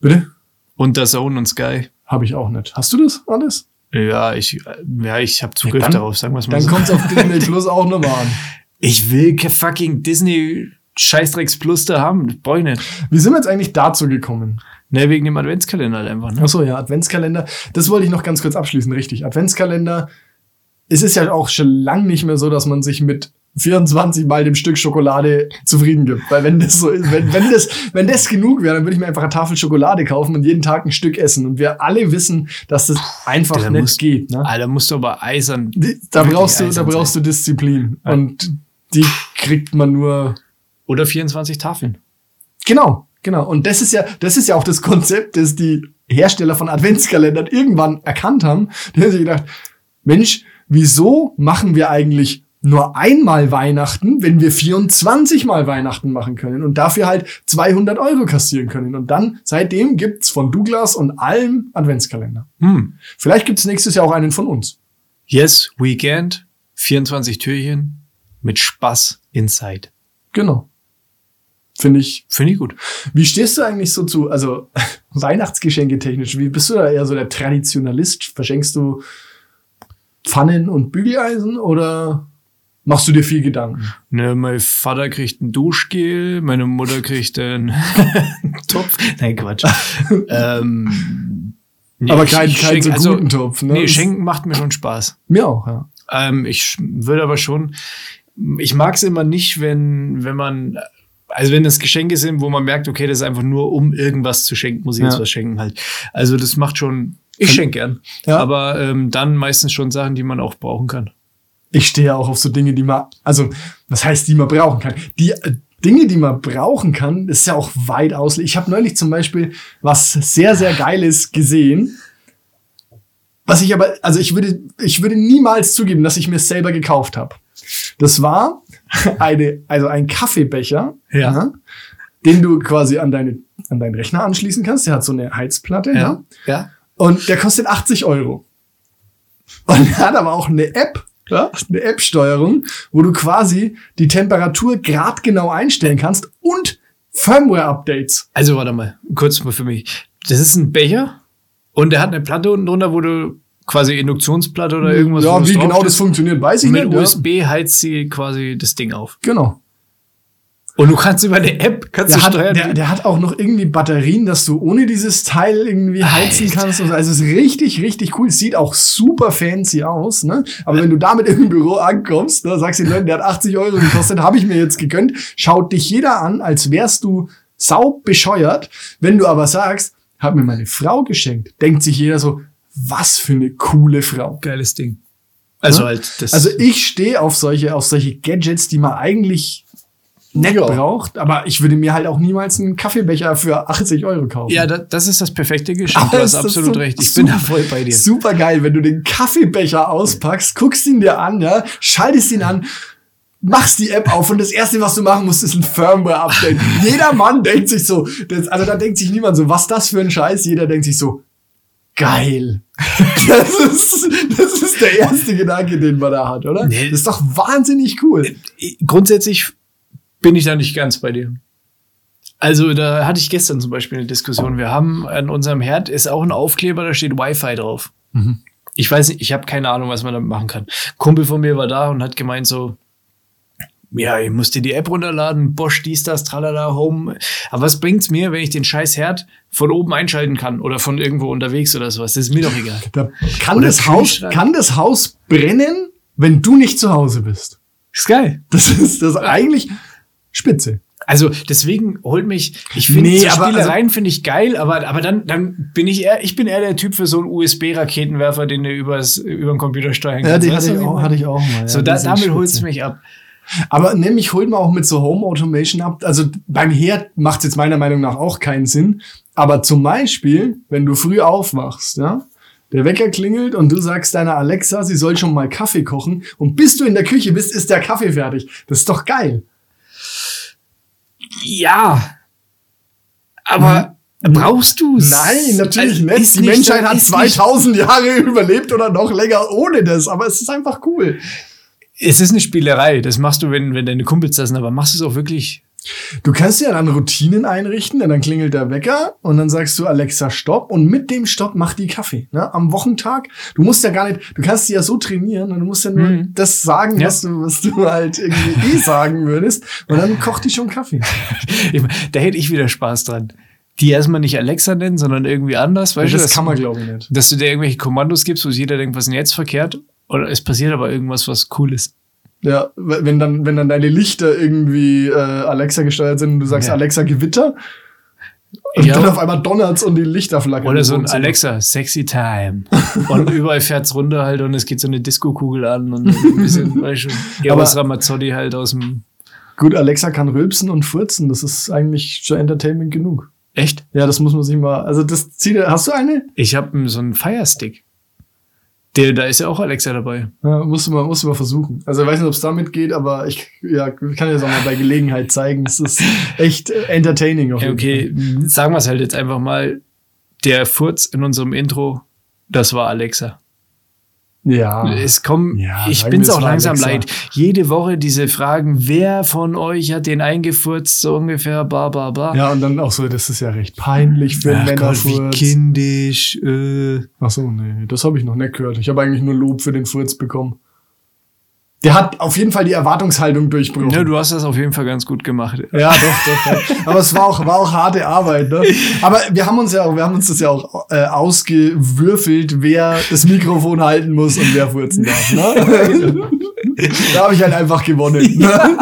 Speaker 1: Bitte?
Speaker 2: Und der Zone und Sky.
Speaker 1: Habe ich auch nicht. Hast du das alles?
Speaker 2: Ja, ich, ja, ich habe Zugriff
Speaker 1: dann-
Speaker 2: darauf, sagen wir es mal
Speaker 1: Dann
Speaker 2: so.
Speaker 1: kommt's auf Disney Plus auch nochmal an.
Speaker 2: Ich will ke- fucking Disney Scheißdrecks Plus da haben. Das brauch ich nicht.
Speaker 1: Wie sind wir jetzt eigentlich dazu gekommen?
Speaker 2: Ne, wegen dem Adventskalender halt einfach, ne?
Speaker 1: Achso, ja, Adventskalender. Das wollte ich noch ganz kurz abschließen, richtig. Adventskalender. Es ist ja auch schon lang nicht mehr so, dass man sich mit 24 mal dem Stück Schokolade zufrieden gibt. Weil wenn das so ist, wenn, wenn, das, wenn das genug wäre, dann würde ich mir einfach eine Tafel Schokolade kaufen und jeden Tag ein Stück essen. Und wir alle wissen, dass das einfach
Speaker 2: der
Speaker 1: nicht
Speaker 2: muss-
Speaker 1: geht. Ne?
Speaker 2: Alter, musst du aber eisern.
Speaker 1: Die- Da
Speaker 2: wirklich
Speaker 1: brauchst du, da
Speaker 2: eisern
Speaker 1: brauchst du Disziplin. Und die kriegt man nur
Speaker 2: Oder 24 Tafeln.
Speaker 1: Genau, genau. Und das ist ja, das ist ja auch das Konzept, das die Hersteller von Adventskalendern irgendwann erkannt haben. Die haben sich gedacht, Mensch, wieso machen wir eigentlich nur einmal Weihnachten, wenn wir 24 mal Weihnachten machen können und dafür halt 200 Euro kassieren können. Und dann, seitdem gibt's von Douglas und allem Adventskalender.
Speaker 2: Hm.
Speaker 1: Vielleicht gibt's nächstes Jahr auch einen von uns.
Speaker 2: Yes, Weekend. 24 Türchen mit Spaß inside.
Speaker 1: Genau. Finde ich,
Speaker 2: Finde ich gut.
Speaker 1: Wie stehst du eigentlich so zu, also Weihnachtsgeschenke technisch? Wie bist du da eher so der Traditionalist? Verschenkst du Pfannen und Bügeleisen oder machst du dir viel Gedanken?
Speaker 2: Ne, mein Vater kriegt ein Duschgel, meine Mutter kriegt einen Topf. Nein, Quatsch. ähm, nee,
Speaker 1: Aber
Speaker 2: ich-
Speaker 1: kein,
Speaker 2: ich
Speaker 1: kein
Speaker 2: schenk-
Speaker 1: so
Speaker 2: also,
Speaker 1: guten Topf, ne?
Speaker 2: Nee, schenken macht mir schon Spaß.
Speaker 1: Mir auch, ja.
Speaker 2: Ähm, ich sch- würde aber schon, ich mag es immer nicht, wenn, wenn man, also wenn das Geschenke sind, wo man merkt, okay, das ist einfach nur, um irgendwas zu schenken, muss ich jetzt
Speaker 1: Ja.
Speaker 2: was schenken halt. Also das macht schon, ich schenke gern.
Speaker 1: Ja.
Speaker 2: Aber ähm, dann meistens schon Sachen, die man auch brauchen kann.
Speaker 1: Ich stehe ja auch auf so Dinge, die man, also was heißt, die man brauchen kann? Die äh, Dinge, die man brauchen kann, ist ja auch weit aus. Ich habe neulich zum Beispiel was sehr, sehr Geiles gesehen. Was ich aber, also ich würde, ich würde niemals zugeben, dass ich mir es selber gekauft habe. Das war eine, also ein Kaffeebecher, ne,
Speaker 2: Ja.
Speaker 1: den du quasi an deine, an deinen Rechner anschließen kannst. Der hat so eine Heizplatte. ne?
Speaker 2: ja.
Speaker 1: Und der kostet 80 Euro. Und er hat aber auch eine App, ja? eine App-Steuerung, wo du quasi die Temperatur gradgenau einstellen kannst und Firmware-Updates.
Speaker 2: Also warte mal, kurz mal für mich. Das ist ein Becher und der hat eine Platte unten drunter, wo du quasi Induktionsplatte oder irgendwas wo
Speaker 1: ja,
Speaker 2: das
Speaker 1: wie genau
Speaker 2: draufsteht.
Speaker 1: das funktioniert, weiß ich
Speaker 2: Mit
Speaker 1: nicht.
Speaker 2: USB heizt sie quasi das Ding auf.
Speaker 1: Ja. Genau.
Speaker 2: Und du kannst über eine App kannst
Speaker 1: Der
Speaker 2: du
Speaker 1: hat,
Speaker 2: steuern.
Speaker 1: der,
Speaker 2: wie-
Speaker 1: der hat auch noch irgendwie Batterien, dass du ohne dieses Teil irgendwie heizen
Speaker 2: Alter.
Speaker 1: kannst. Und so. Also es ist richtig, richtig cool. Sieht auch super fancy aus. Ne? Aber wenn du damit im Büro ankommst, ne, sagst den Leuten, der hat 80 Euro gekostet, habe ich mir jetzt gegönnt. Schaut dich jeder an, als wärst du saubescheuert. Wenn du aber sagst, hat mir meine Frau geschenkt, denkt sich jeder so, was für eine coole Frau.
Speaker 2: Geiles Ding. Also
Speaker 1: Ja?
Speaker 2: halt das.
Speaker 1: Also ich stehe auf solche, auf solche Gadgets, die man eigentlich nett
Speaker 2: Ja.
Speaker 1: braucht, aber ich würde mir halt auch niemals einen Kaffeebecher für 80 Euro kaufen.
Speaker 2: Ja, da, das ist das perfekte Geschenk. Du
Speaker 1: Ah, ist
Speaker 2: hast
Speaker 1: das
Speaker 2: absolut
Speaker 1: so-
Speaker 2: recht. Ich
Speaker 1: super.
Speaker 2: bin da voll bei dir.
Speaker 1: Super geil, wenn du den Kaffeebecher auspackst, guckst ihn dir an, ja, schaltest ihn an, machst die App auf und das erste, was du machen musst, ist ein Firmware-Update. Jeder Mann denkt sich so, das, also da denkt sich niemand so, was das für ein Scheiß, jeder denkt sich so, geil. das, ist, das ist der erste Gedanke, den man da hat, oder?
Speaker 2: Nee. Äh,
Speaker 1: Das ist doch wahnsinnig cool.
Speaker 2: Grundsätzlich bin ich da nicht ganz bei dir. Also, da hatte ich gestern zum Beispiel eine Diskussion. Wir haben an unserem Herd ist auch ein Aufkleber, da steht Wi-Fi drauf. Ich weiß nicht, ich habe keine Ahnung, was man damit machen kann. Kumpel von mir war da und hat gemeint so, ja, ich muss dir die App runterladen, Bosch, dies, das, tralala, Home. Aber was bringt's mir, wenn ich den scheiß Herd von oben einschalten kann oder von irgendwo unterwegs oder sowas? Das ist mir doch egal.
Speaker 1: Da kann,
Speaker 2: Oder
Speaker 1: das Haus,
Speaker 2: Kühlschrank.
Speaker 1: kann das Haus brennen, wenn du nicht zu Hause bist?
Speaker 2: Ist geil.
Speaker 1: Das ist das ist eigentlich spitze.
Speaker 2: Also deswegen holt mich, ich finde
Speaker 1: Nee,
Speaker 2: so
Speaker 1: aber also
Speaker 2: Spielereien finde ich geil, aber, aber dann, dann bin ich eher, ich bin eher der Typ für so einen USB-Raketenwerfer, den du übers, über den Computer steuern
Speaker 1: Ja,
Speaker 2: kannst.
Speaker 1: den
Speaker 2: Weißt
Speaker 1: hatte ich,
Speaker 2: du, was
Speaker 1: auch,
Speaker 2: meine?
Speaker 1: hatte ich auch mal.
Speaker 2: So,
Speaker 1: ja,
Speaker 2: da,
Speaker 1: die sind
Speaker 2: damit
Speaker 1: spitze.
Speaker 2: holst du mich ab.
Speaker 1: Aber nämlich holt man auch mit so Home Automation ab. Also beim Herd macht es jetzt meiner Meinung nach auch keinen Sinn. Aber zum Beispiel, wenn du früh aufwachst, ja, der Wecker klingelt und du sagst deiner Alexa, sie soll schon mal Kaffee kochen. Und bis du in der Küche bist, ist der Kaffee fertig. Das ist doch geil.
Speaker 2: Ja. Aber brauchst du es?
Speaker 1: Hm? Nein, natürlich
Speaker 2: Also,
Speaker 1: nicht.
Speaker 2: ist
Speaker 1: Die Menschheit
Speaker 2: doch-
Speaker 1: hat
Speaker 2: ist
Speaker 1: 2000 Jahre überlebt oder noch länger ohne das. Aber es ist einfach cool.
Speaker 2: Nicht, es ist eine Spielerei, das machst du, wenn, wenn deine Kumpels das sind, aber machst du es auch wirklich?
Speaker 1: Du kannst ja dann Routinen einrichten, denn dann klingelt der Wecker und dann sagst du Alexa Stopp und mit dem Stopp macht die Kaffee. Ne? Am Wochentag, du musst ja gar nicht, du kannst sie ja so trainieren und du musst ja nur
Speaker 2: Mhm.
Speaker 1: das sagen,
Speaker 2: Ja.
Speaker 1: was, du, was du halt irgendwie eh sagen würdest und dann kocht die schon Kaffee.
Speaker 2: Ich mein, da hätte ich wieder Spaß dran. Die erstmal nicht Alexa nennen, sondern irgendwie anders, weißt du? das-
Speaker 1: man glaube ich nicht.
Speaker 2: dass du dir irgendwelche Kommandos gibst, wo sich jeder denkt, was ist denn jetzt verkehrt? Oder es passiert aber irgendwas, was cool ist.
Speaker 1: Ja, wenn dann, wenn dann deine Lichter irgendwie äh, Alexa gesteuert sind und du sagst
Speaker 2: Ja.
Speaker 1: Alexa Gewitter und
Speaker 2: Ja.
Speaker 1: dann auf einmal donnert's und die Lichter flackern.
Speaker 2: Oder
Speaker 1: im
Speaker 2: so ein
Speaker 1: Wohnzimmer.
Speaker 2: Alexa, sexy time. Und überall fährt's runter halt und es geht so eine Disco-Kugel an und ein bisschen, weißt du,
Speaker 1: Aber-
Speaker 2: Eros Ramazzotti halt aus dem,
Speaker 1: Gut, Alexa kann rülpsen und furzen, das ist eigentlich schon Entertainment genug.
Speaker 2: echt?
Speaker 1: Ja, das muss man sich mal. Also das Ziel. Hast du eine?
Speaker 2: Ich habe so einen Firestick. Der, da ist ja auch Alexa dabei.
Speaker 1: Ja, musst du mal, musst du mal versuchen. Also ich weiß nicht, ob es damit geht, aber ich ja, kann dir das auch mal bei Gelegenheit zeigen. Es ist echt äh, entertaining. Auf
Speaker 2: Ja,
Speaker 1: jeden
Speaker 2: okay, mh, sagen wir es halt jetzt einfach mal. Der Furz in unserem Intro, das war Alexa.
Speaker 1: Fall. Ja.
Speaker 2: Es kommen,
Speaker 1: Ja,
Speaker 2: ich
Speaker 1: sagen
Speaker 2: bin's
Speaker 1: wir, es
Speaker 2: auch
Speaker 1: war
Speaker 2: langsam
Speaker 1: Alexa.
Speaker 2: leid. Jede Woche diese Fragen, wer von euch hat den eingefurzt, so ungefähr, bla bla bla.
Speaker 1: Ja, und dann auch so, das ist ja recht peinlich für einen
Speaker 2: Ach Gott, wie
Speaker 1: Männerfurz.
Speaker 2: kindisch. Äh.
Speaker 1: Ach so, nee, das habe ich noch nicht gehört. Ich habe eigentlich nur Lob für den Furz bekommen. Der hat auf jeden Fall die Erwartungshaltung durchbrochen.
Speaker 2: Ja, Ne, du hast das auf jeden Fall ganz gut gemacht.
Speaker 1: Ja, doch, doch. Ja. Aber es war auch, war auch harte Arbeit. Ne? Aber wir haben uns ja auch, wir haben uns das ja auch äh, ausgewürfelt, wer das Mikrofon halten muss und wer furzen darf. Ne? da habe ich halt einfach gewonnen. Ne?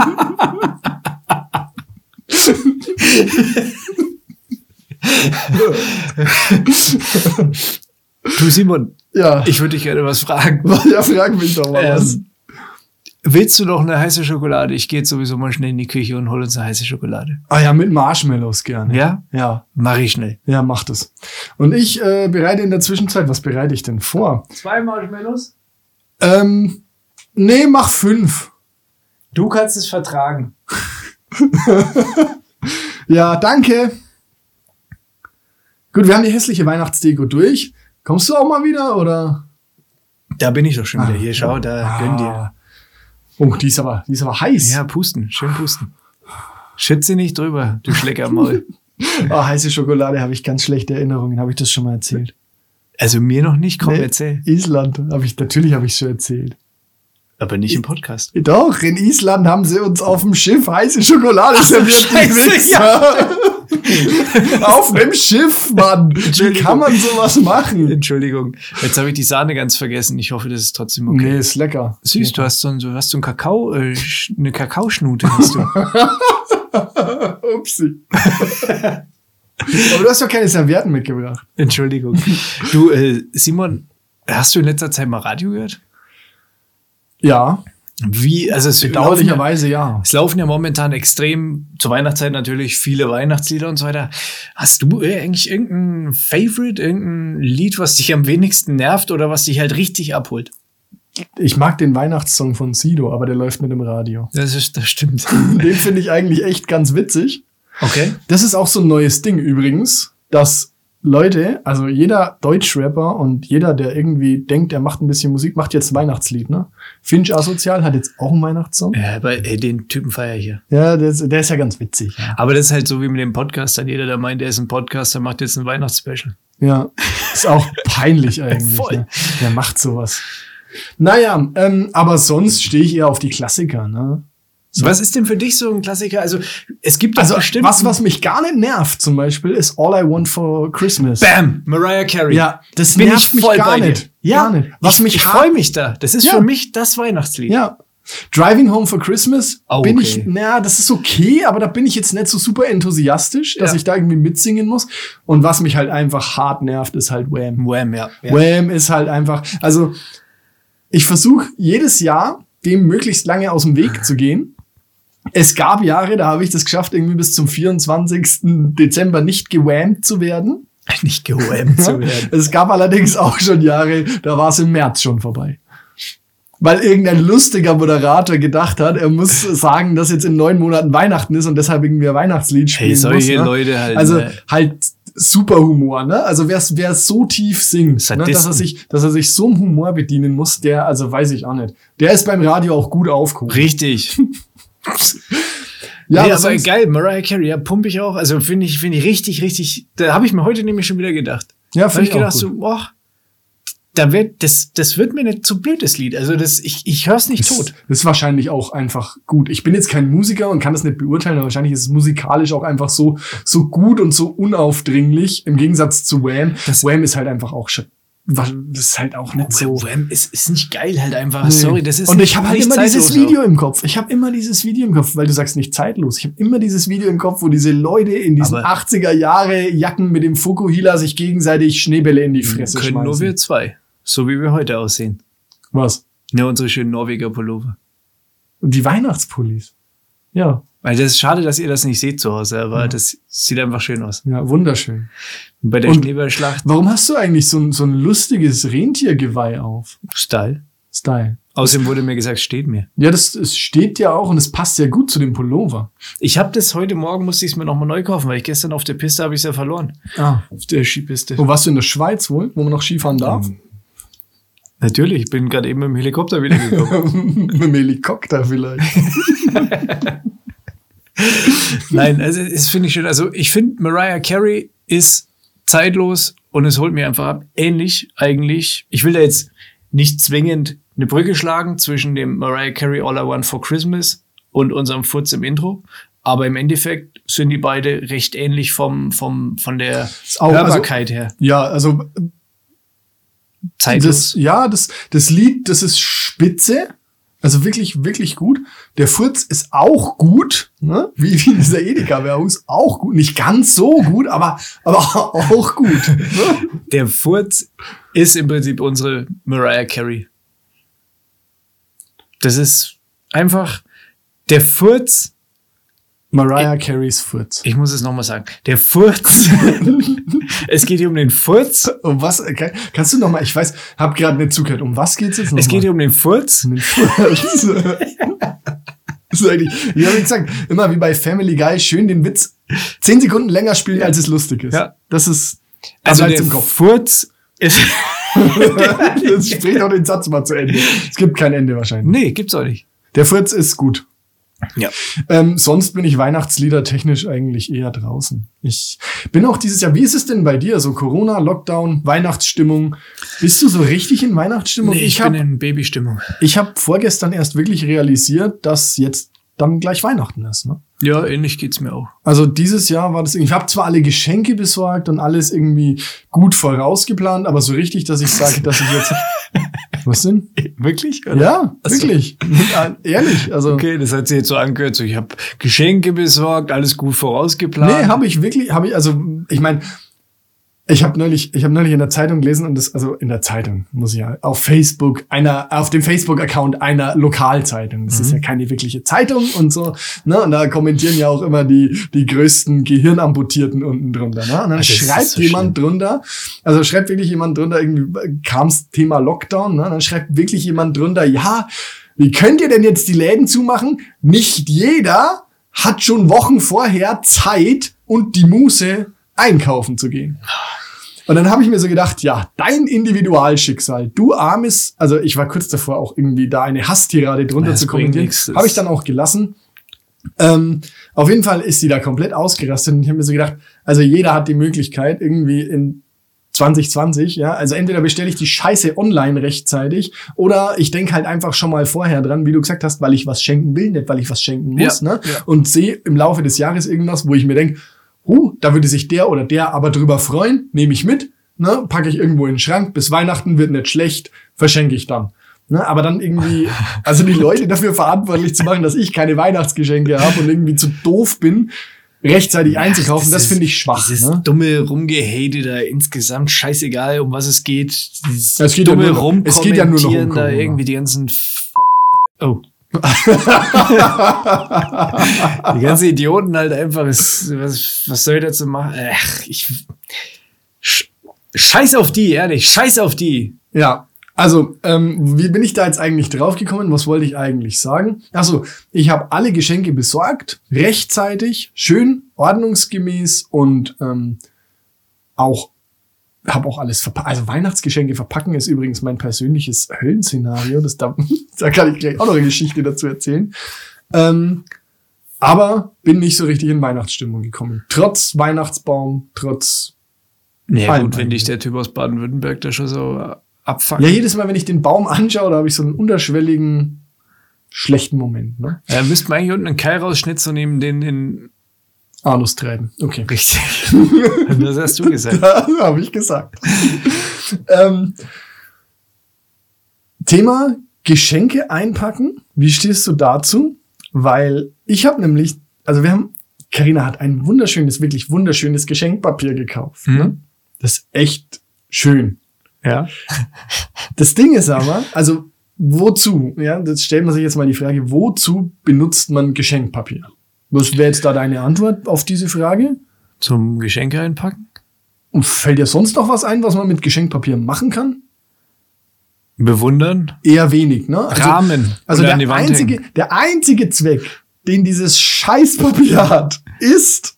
Speaker 2: Du Simon,
Speaker 1: Ja,
Speaker 2: ich würde dich gerne was fragen.
Speaker 1: ja, frag mich doch mal was.
Speaker 2: Ähm, willst du noch eine heiße Schokolade? Ich gehe jetzt sowieso mal schnell in die Küche und hole uns eine heiße Schokolade.
Speaker 1: Ah ja, mit Marshmallows gerne.
Speaker 2: Ja?
Speaker 1: Ja,
Speaker 2: Mach ich schnell.
Speaker 1: ja, macht es. Und ich äh, bereite in der Zwischenzeit, was bereite ich denn vor?
Speaker 2: Zwei Marshmallows?
Speaker 1: Ähm, nee, mach fünf.
Speaker 2: Du kannst es vertragen.
Speaker 1: Ja, danke. Gut, wir haben die hässliche Weihnachtsdeko durch. Kommst du auch mal wieder oder?
Speaker 2: Da bin ich doch schon wieder. Hier, schau, da
Speaker 1: Ah.
Speaker 2: Äh, gönn dir.
Speaker 1: Oh, die ist aber, die ist aber heiß.
Speaker 2: Ja, pusten, schön pusten. Schütze nicht drüber, du Schleckermaul.
Speaker 1: Ah, heiße Schokolade habe ich ganz schlechte Erinnerungen. Habe ich das schon mal erzählt?
Speaker 2: Also mir noch nicht, komm,
Speaker 1: Nee,
Speaker 2: erzähl.
Speaker 1: Island habe ich natürlich habe ich schon erzählt.
Speaker 2: Aber nicht im Podcast.
Speaker 1: Doch, in Island haben sie uns auf dem Schiff heiße Schokolade serviert. die
Speaker 2: Scheiße,
Speaker 1: Wichser. auf dem Schiff, Mann. Wie
Speaker 2: Entschuldigung.
Speaker 1: kann man sowas machen?
Speaker 2: Entschuldigung, jetzt habe ich die Sahne ganz vergessen. Ich hoffe, das ist trotzdem okay.
Speaker 1: Nee, ist lecker.
Speaker 2: Süß, du hast so, ein- du hast so ein Kakao, äh, Sch- eine Kakaoschnute hast du.
Speaker 1: Upsi. Aber du hast doch keine Servietten mitgebracht.
Speaker 2: Entschuldigung. Du, äh, Simon, hast du in letzter Zeit mal Radio gehört?
Speaker 1: Ja,
Speaker 2: Wie, also es laufen, ja,
Speaker 1: Bedauerlicherweise ja.
Speaker 2: es laufen ja momentan extrem zur Weihnachtszeit natürlich viele Weihnachtslieder und so weiter. Hast du äh, eigentlich irgendein Favorite, irgendein Lied, was dich am wenigsten nervt oder was dich halt richtig abholt?
Speaker 1: Ich mag den Weihnachtssong von Sido, aber der läuft mit dem Radio.
Speaker 2: Das ist, das stimmt.
Speaker 1: Den finde ich eigentlich echt ganz witzig.
Speaker 2: Okay.
Speaker 1: Das ist auch so ein neues Ding übrigens, dass Leute, also jeder Deutschrapper und jeder, der irgendwie denkt, er macht ein bisschen Musik, macht jetzt ein Weihnachtslied, ne? Finch Asozial hat jetzt auch einen Weihnachtssong.
Speaker 2: Ja, aber ey, den Typen feier ich hier.
Speaker 1: Ja, der ist, der ist ja ganz witzig. Ja.
Speaker 2: Aber das ist halt so wie mit dem Podcast, dann jeder, der meint, der ist ein Podcast, der macht jetzt ein Weihnachtsspecial.
Speaker 1: Ja, ist auch peinlich eigentlich.
Speaker 2: Voll.
Speaker 1: Ne? Wer macht sowas? Naja, ähm, aber sonst stehe ich eher auf die Klassiker. Ne?
Speaker 2: Was ist denn für dich so ein Klassiker? Also, es gibt doch
Speaker 1: Also
Speaker 2: bestimmt.
Speaker 1: was, was mich gar nicht nervt zum Beispiel, ist All I Want for Christmas.
Speaker 2: Bam! Mariah Carey.
Speaker 1: Ja, das
Speaker 2: Bin
Speaker 1: nervt
Speaker 2: ich
Speaker 1: mich
Speaker 2: voll
Speaker 1: gar
Speaker 2: bei dir.
Speaker 1: nicht.
Speaker 2: Ja,
Speaker 1: Gar nicht. Was
Speaker 2: ich,
Speaker 1: mich
Speaker 2: ich
Speaker 1: hart-
Speaker 2: freue mich da. Das ist
Speaker 1: Ja.
Speaker 2: für mich das Weihnachtslied.
Speaker 1: Ja. Driving Home for Christmas
Speaker 2: Oh,
Speaker 1: bin
Speaker 2: okay.
Speaker 1: ich, na, das ist okay, aber da bin ich jetzt nicht so super enthusiastisch, dass
Speaker 2: Ja.
Speaker 1: ich da irgendwie mitsingen muss. Und was mich halt einfach hart nervt, ist halt Wham.
Speaker 2: Wham, ja. ja.
Speaker 1: Wham ist halt einfach, also ich versuche jedes Jahr dem möglichst lange aus dem Weg zu gehen. Es gab Jahre, da habe ich das geschafft, irgendwie bis zum 24. Dezember nicht gewammt zu werden.
Speaker 2: Nicht gewhammt zu werden.
Speaker 1: Es gab allerdings auch schon Jahre, da war es im März schon vorbei. Weil irgendein lustiger Moderator gedacht hat, er muss sagen, dass jetzt in neun Monaten Weihnachten ist und deshalb irgendwie ein Weihnachtslied spielen
Speaker 2: Hey, solche
Speaker 1: muss. Ne?
Speaker 2: Leute halt.
Speaker 1: also
Speaker 2: ne?
Speaker 1: halt super Humor, ne? Also wer wer so tief singt, ne? dass er
Speaker 2: Sadisten.
Speaker 1: sich, dass er sich so einem Humor bedienen muss, der, also weiß ich auch nicht. Der ist beim Radio auch gut aufgehoben.
Speaker 2: Richtig.
Speaker 1: Ja,
Speaker 2: nee,
Speaker 1: aber
Speaker 2: aber
Speaker 1: sonst-
Speaker 2: geil, Mariah Carey, ja, pump ich auch. Also finde ich, finde ich richtig, richtig. Da habe ich mir heute nämlich schon wieder gedacht.
Speaker 1: Ja,
Speaker 2: Da habe
Speaker 1: finde
Speaker 2: ich
Speaker 1: ich auch
Speaker 2: gedacht,
Speaker 1: gut.
Speaker 2: so, boah, da wird, das, das wird mir nicht zu blöd, das Lied. Also das, ich, ich höre es nicht tot.
Speaker 1: Das ist wahrscheinlich auch einfach gut. Ich bin jetzt kein Musiker und kann das nicht beurteilen, aber wahrscheinlich ist es musikalisch auch einfach so, so gut und so unaufdringlich im Gegensatz zu Wham.
Speaker 2: Das-
Speaker 1: Wham ist halt einfach auch schon, das ist halt auch nicht so.
Speaker 2: Wham ist, ist nicht geil halt einfach.
Speaker 1: Nee.
Speaker 2: Sorry, das ist
Speaker 1: und
Speaker 2: nicht-
Speaker 1: ich habe halt
Speaker 2: nicht
Speaker 1: immer dieses
Speaker 2: zeitlos auch.
Speaker 1: Video im Kopf. Ich habe immer dieses Video im Kopf, weil du sagst nicht zeitlos. Ich habe immer dieses Video im Kopf, wo diese Leute in diesen
Speaker 2: Aber-
Speaker 1: 80er Jahre Jacken mit dem Fukuhila sich gegenseitig Schneebälle in die Fresse
Speaker 2: Hm, können
Speaker 1: schmeißen.
Speaker 2: nur wir zwei, so wie wir heute aussehen.
Speaker 1: Was?
Speaker 2: Ne, unsere schönen Norweger Pullover.
Speaker 1: Und die Weihnachtspullis. Ja,
Speaker 2: Weil das ist schade, dass ihr das nicht seht zu Hause, aber das sieht einfach schön aus.
Speaker 1: ja, wunderschön.
Speaker 2: Und Bei der
Speaker 1: Und-
Speaker 2: Schneeballschlacht
Speaker 1: Warum hast du eigentlich so ein, so ein lustiges Rentiergeweih auf?
Speaker 2: Style.
Speaker 1: Style.
Speaker 2: Außerdem wurde mir gesagt, steht mir.
Speaker 1: Ja, das, es steht ja auch und es passt ja gut zu dem Pullover.
Speaker 2: Ich habe das heute Morgen, musste ich es mir nochmal neu kaufen, weil ich gestern auf der Piste habe ich es ja verloren. Oh.
Speaker 1: Ah.
Speaker 2: Auf der Skipiste.
Speaker 1: Wo warst du in der Schweiz wohl, wo man noch Skifahren darf?
Speaker 2: Natürlich, ich bin gerade eben mit dem Helikopter wieder gekommen.
Speaker 1: Mit dem Helikopter vielleicht.
Speaker 2: Nein, also das finde ich schön. Also ich finde, Mariah Carey ist zeitlos und es holt mir einfach ab. Ähnlich eigentlich. Ich will da jetzt nicht zwingend eine Brücke schlagen zwischen dem Mariah Carey All I Want for Christmas und unserem Furz im Intro. Aber im Endeffekt sind die beide recht ähnlich vom, vom, von der
Speaker 1: auch- also-
Speaker 2: Hörbarkeit her.
Speaker 1: Ja, also das,
Speaker 2: Zeitlos.
Speaker 1: ja, das, das Lied, das ist spitze. Also wirklich, wirklich gut. Der Furz ist auch gut, ne? Wie, wie dieser Edeka-Werbungs, auch gut. Nicht ganz so gut, aber, aber auch gut. Ne?
Speaker 2: Der Furz ist im Prinzip unsere Mariah Carey. Das ist einfach der Furz
Speaker 1: Mariah Carey's Furz.
Speaker 2: Ich muss es nochmal sagen. Der Furz. es geht hier um den Furz.
Speaker 1: Um was? äh, Kann, kannst du noch mal? Ich weiß, hab gerade nicht zugehört. Um was geht's jetzt noch
Speaker 2: Es geht
Speaker 1: mal?
Speaker 2: hier um den Furz.
Speaker 1: um den Furz. Das ist eigentlich, wie hab ich gesagt, immer wie bei Family Guy, schön den Witz zehn Sekunden länger spielen, als es lustig ist.
Speaker 2: Ja.
Speaker 1: Das ist
Speaker 2: Also
Speaker 1: bleibt
Speaker 2: der
Speaker 1: im Kopf.
Speaker 2: Furz ist.
Speaker 1: das spricht auch den Satz mal zu Ende. Es gibt kein Ende wahrscheinlich.
Speaker 2: nee, gibt's auch nicht.
Speaker 1: Der Furz ist gut.
Speaker 2: Ja.
Speaker 1: Ähm, sonst bin ich Weihnachtslieder technisch eigentlich eher draußen. Ich bin auch dieses Jahr, wie ist es denn bei dir? So Corona, Lockdown, Weihnachtsstimmung. Bist du so richtig in Weihnachtsstimmung?
Speaker 2: Nee, ich
Speaker 1: hab-
Speaker 2: bin in Babystimmung.
Speaker 1: Ich habe vorgestern erst wirklich realisiert, dass jetzt dann gleich Weihnachten ist. Ne?
Speaker 2: Ja, ähnlich geht's mir auch.
Speaker 1: Also dieses Jahr war das irgendwie, ich habe zwar alle Geschenke besorgt und alles irgendwie gut vorausgeplant, aber so richtig, dass ich sage, dass ich jetzt... Was denn?
Speaker 2: Äh, Wirklich? Ja.
Speaker 1: Ja,
Speaker 2: Ach so.
Speaker 1: wirklich. Äh, Ehrlich, also...
Speaker 2: Okay, das hat sich jetzt so angehört. So, ich habe Geschenke besorgt, alles gut vorausgeplant.
Speaker 1: Nee, habe ich wirklich, habe ich, also ich meine, Ich habe neulich, ich habe neulich in der Zeitung gelesen und das, also in der Zeitung muss ich ja auf Facebook einer, auf dem Facebook-Account einer Lokalzeitung. Das ist
Speaker 2: Mhm.
Speaker 1: ja keine wirkliche Zeitung und so. Ne? Und da kommentieren ja auch immer die die größten Gehirnamputierten unten drunter. Ne? Und dann
Speaker 2: Das ist
Speaker 1: schreibt
Speaker 2: so
Speaker 1: jemand drunter, also schreibt wirklich jemand drunter irgendwie kam's Thema Lockdown. Ne? Dann schreibt wirklich jemand drunter, ja, wie könnt ihr denn jetzt die Läden zumachen? Nicht jeder hat schon Wochen vorher Zeit und die Muße einkaufen zu gehen. Und dann habe ich mir so gedacht, ja, dein Individualschicksal, du armes, also ich war kurz davor auch irgendwie da eine Hasstirade drunter
Speaker 2: Ja, es
Speaker 1: zu
Speaker 2: bringt
Speaker 1: kommentieren,
Speaker 2: nichts, es-
Speaker 1: habe ich dann auch gelassen. Ähm, auf jeden Fall ist die da komplett ausgerastet und ich habe mir so gedacht, also jeder hat die Möglichkeit irgendwie in 2020, ja, also entweder bestelle ich die Scheiße online rechtzeitig oder ich denke halt einfach schon mal vorher dran, wie du gesagt hast, weil ich was schenken will, nicht weil ich was schenken muss,
Speaker 2: Ja,
Speaker 1: ne?
Speaker 2: ja.
Speaker 1: Und sehe im Laufe des Jahres irgendwas, wo ich mir denke, huh, da würde sich der oder der aber drüber freuen, nehme ich mit, ne, packe ich irgendwo in den Schrank, bis Weihnachten wird nicht schlecht, verschenke ich dann. Ne, aber dann irgendwie, also die Leute dafür verantwortlich zu machen, dass ich keine Weihnachtsgeschenke habe und irgendwie zu doof bin, rechtzeitig einzukaufen, das,
Speaker 2: ist-
Speaker 1: finde ich schwach.
Speaker 2: Dieses
Speaker 1: ne?
Speaker 2: dumme Rumgehate da insgesamt, scheißegal, um was es geht. Dieses
Speaker 1: Es geht ja
Speaker 2: dumme
Speaker 1: nur noch- es geht ja nur noch um
Speaker 2: Rumkommentieren da
Speaker 1: Corona.
Speaker 2: irgendwie die ganzen F Oh. die ganzen Idioten halt einfach, ist, was, was soll ich dazu machen? Ach, ich, Sch- scheiß auf die, ehrlich, scheiß auf die.
Speaker 1: Ja, also ähm, wie bin ich da jetzt eigentlich draufgekommen? Was wollte ich eigentlich sagen? Achso, ich habe alle Geschenke besorgt, rechtzeitig, schön, ordnungsgemäß und ähm, auch habe auch alles verpackt. Also Weihnachtsgeschenke verpacken ist übrigens mein persönliches Höllenszenario. Das da, da kann ich gleich auch noch eine Geschichte dazu erzählen. Ähm, aber bin nicht so richtig in Weihnachtsstimmung gekommen. Trotz Weihnachtsbaum, trotz
Speaker 2: Ja,
Speaker 1: Fein,
Speaker 2: gut, wenn
Speaker 1: eigentlich.
Speaker 2: dich der Typ aus Baden-Württemberg da schon so äh, abfuckt.
Speaker 1: Ja, jedes Mal, wenn ich den Baum anschaue, da habe ich so einen unterschwelligen, schlechten Moment, ne?
Speaker 2: Da müsste man eigentlich unten einen Keil rausschnitzen und ihm den in.
Speaker 1: Anus treiben. Okay.
Speaker 2: Richtig. das hast du gesagt.
Speaker 1: Das habe ich gesagt. ähm, Thema Geschenke einpacken. Wie stehst du dazu? Weil ich habe nämlich, also wir haben, Karina hat ein wunderschönes, wirklich wunderschönes Geschenkpapier gekauft. Ne?
Speaker 2: Hm?
Speaker 1: Das ist echt schön.
Speaker 2: Ja.
Speaker 1: Das Ding ist aber, also wozu? Ja, das stellt man sich jetzt mal die Frage, wozu benutzt man Geschenkpapier? Was wäre jetzt da deine Antwort auf diese Frage?
Speaker 2: Zum Geschenke einpacken?
Speaker 1: Und fällt dir sonst noch was ein, was man mit Geschenkpapier machen kann?
Speaker 2: Bewundern?
Speaker 1: Eher wenig, ne? Also,
Speaker 2: Rahmen.
Speaker 1: Also
Speaker 2: Oder
Speaker 1: der
Speaker 2: an die Wand
Speaker 1: einzige,
Speaker 2: hängen.
Speaker 1: der einzige Zweck, den dieses Scheißpapier hat, ist,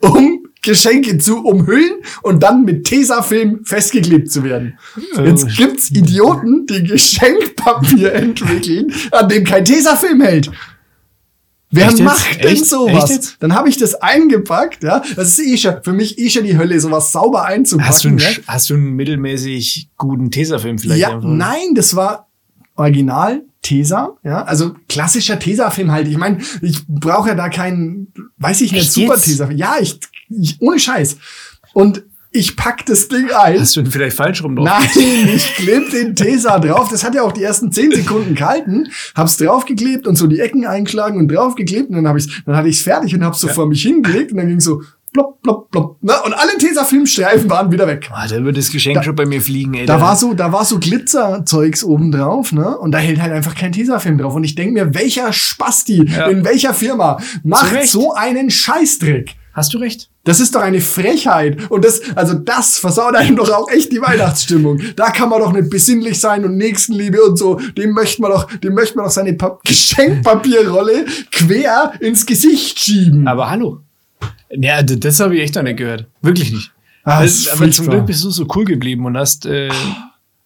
Speaker 1: um Geschenke zu umhüllen und dann mit Tesafilm festgeklebt zu werden. Jetzt gibt's Idioten, die Geschenkpapier entwickeln, an dem kein Tesafilm hält. Wer
Speaker 2: Echt jetzt?
Speaker 1: macht denn
Speaker 2: Echt?
Speaker 1: sowas?
Speaker 2: Echt jetzt?
Speaker 1: Dann habe ich das eingepackt, ja. Das ist eh schon, für mich eh schon die Hölle, sowas sauber einzupacken.
Speaker 2: Hast du, einen,
Speaker 1: ja?
Speaker 2: sch- hast du einen mittelmäßig guten Tesafilm vielleicht?
Speaker 1: Ja,
Speaker 2: einfach?
Speaker 1: nein, das war original Tesa, ja, also klassischer Tesa-Film halt. Ich meine, ich brauche ja da keinen, weiß ich nicht,
Speaker 2: Echt
Speaker 1: super
Speaker 2: jetzt?
Speaker 1: Tesa. Ja, ich, ich, ohne Scheiß. Und ich pack das Ding ein.
Speaker 2: Hast du ihn vielleicht falsch rum drauf?
Speaker 1: Nein, ich kleb den Tesa drauf. Das hat ja auch die ersten zehn Sekunden gehalten. Hab's draufgeklebt und so die Ecken eingeschlagen und draufgeklebt und dann hab ich's, dann hatte ich's fertig und hab's so vor mich hingelegt und dann ging's so plopp, plopp, plopp. Na, und alle Tesa-Filmstreifen waren wieder weg.
Speaker 2: Ah, da würde das Geschenk schon bei mir fliegen, ey.
Speaker 1: Da war so, da war so Glitzerzeugs oben drauf, ne? Und da hält halt einfach kein Tesafilm drauf. Und ich denk mir, welcher Spasti
Speaker 2: Ja.
Speaker 1: in welcher Firma
Speaker 2: Zu
Speaker 1: macht
Speaker 2: Recht.
Speaker 1: so einen Scheißtrick?
Speaker 2: Hast du recht?
Speaker 1: Das ist doch eine Frechheit. Und das, also das versaut einem doch auch echt die Weihnachtsstimmung. Da kann man doch nicht besinnlich sein und Nächstenliebe und so. Dem möchte man doch, dem möchte man doch seine pa Geschenkpapierrolle quer ins Gesicht schieben.
Speaker 2: Aber hallo. Ja, d- das habe ich echt noch nicht gehört. Wirklich nicht.
Speaker 1: Ah,
Speaker 2: das,
Speaker 1: das ist
Speaker 2: aber zum
Speaker 1: furchtbar.
Speaker 2: Glück bist du so cool geblieben und hast äh,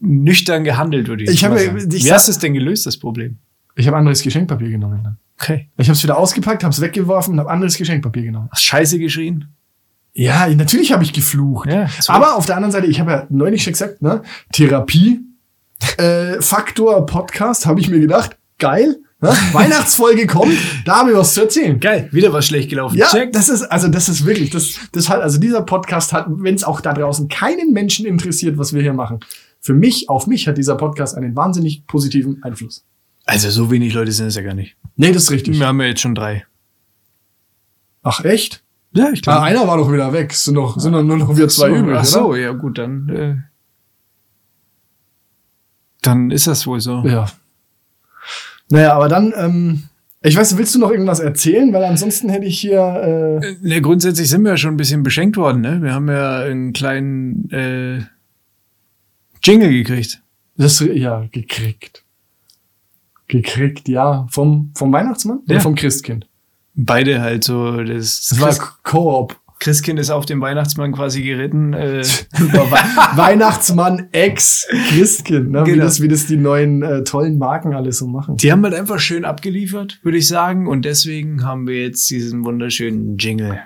Speaker 2: nüchtern gehandelt, würde ich,
Speaker 1: Ich
Speaker 2: mal
Speaker 1: habe-
Speaker 2: sagen.
Speaker 1: ich
Speaker 2: Wie
Speaker 1: sag-
Speaker 2: hast du es denn gelöst, das Problem?
Speaker 1: Ich habe anderes Geschenkpapier genommen. dann.
Speaker 2: Okay.
Speaker 1: Ich habe es wieder ausgepackt, habe es weggeworfen und habe anderes Geschenkpapier genommen.
Speaker 2: Hast Scheiße geschrien?
Speaker 1: Ja, natürlich habe ich geflucht.
Speaker 2: Ja, so.
Speaker 1: Aber auf der anderen Seite, ich habe ja neulich schon gesagt, ne, Therapie, äh, Faktor Podcast, habe ich mir gedacht, geil, ne? Weihnachtsfolge kommt, da habe ich was zu erzählen.
Speaker 2: Geil, wieder was schlecht gelaufen.
Speaker 1: Ja,
Speaker 2: Check.
Speaker 1: das ist, also das ist wirklich, das, das hat, also dieser Podcast hat, wenn es auch da draußen keinen Menschen interessiert, was wir hier machen, für mich, auf mich hat dieser Podcast einen wahnsinnig positiven Einfluss.
Speaker 2: Also so wenig Leute sind es ja gar nicht.
Speaker 1: Nee, das ist richtig.
Speaker 2: Wir haben ja jetzt schon drei.
Speaker 1: Ach, echt?
Speaker 2: Ja, ich
Speaker 1: Ah, einer war doch wieder weg. Es Sind doch, sind doch nur noch wir zwei
Speaker 2: so,
Speaker 1: übrig,
Speaker 2: Ach
Speaker 1: oder?
Speaker 2: so, ja gut, dann. Äh, dann ist das wohl so.
Speaker 1: Ja. Naja, aber dann, ähm, ich weiß, willst du noch irgendwas erzählen? Weil ansonsten hätte ich hier. Äh,
Speaker 2: Ne, grundsätzlich sind wir ja schon ein bisschen beschenkt worden, ne? Wir haben ja einen kleinen äh, Jingle gekriegt.
Speaker 1: das, ja, gekriegt. Gekriegt, ja. Vom, vom Weihnachtsmann?
Speaker 2: Ja.
Speaker 1: Oder vom Christkind?
Speaker 2: Beide halt so. Das,
Speaker 1: Das war Koop.
Speaker 2: Christkind ist auf den Weihnachtsmann quasi geritten. Äh,
Speaker 1: Weihnachtsmann ex Christkind, ne? wie,
Speaker 2: Genau.
Speaker 1: das, wie das die neuen äh, tollen Marken alles so machen.
Speaker 2: die haben halt einfach schön abgeliefert, würde ich sagen. Und deswegen haben wir jetzt diesen wunderschönen Jingle.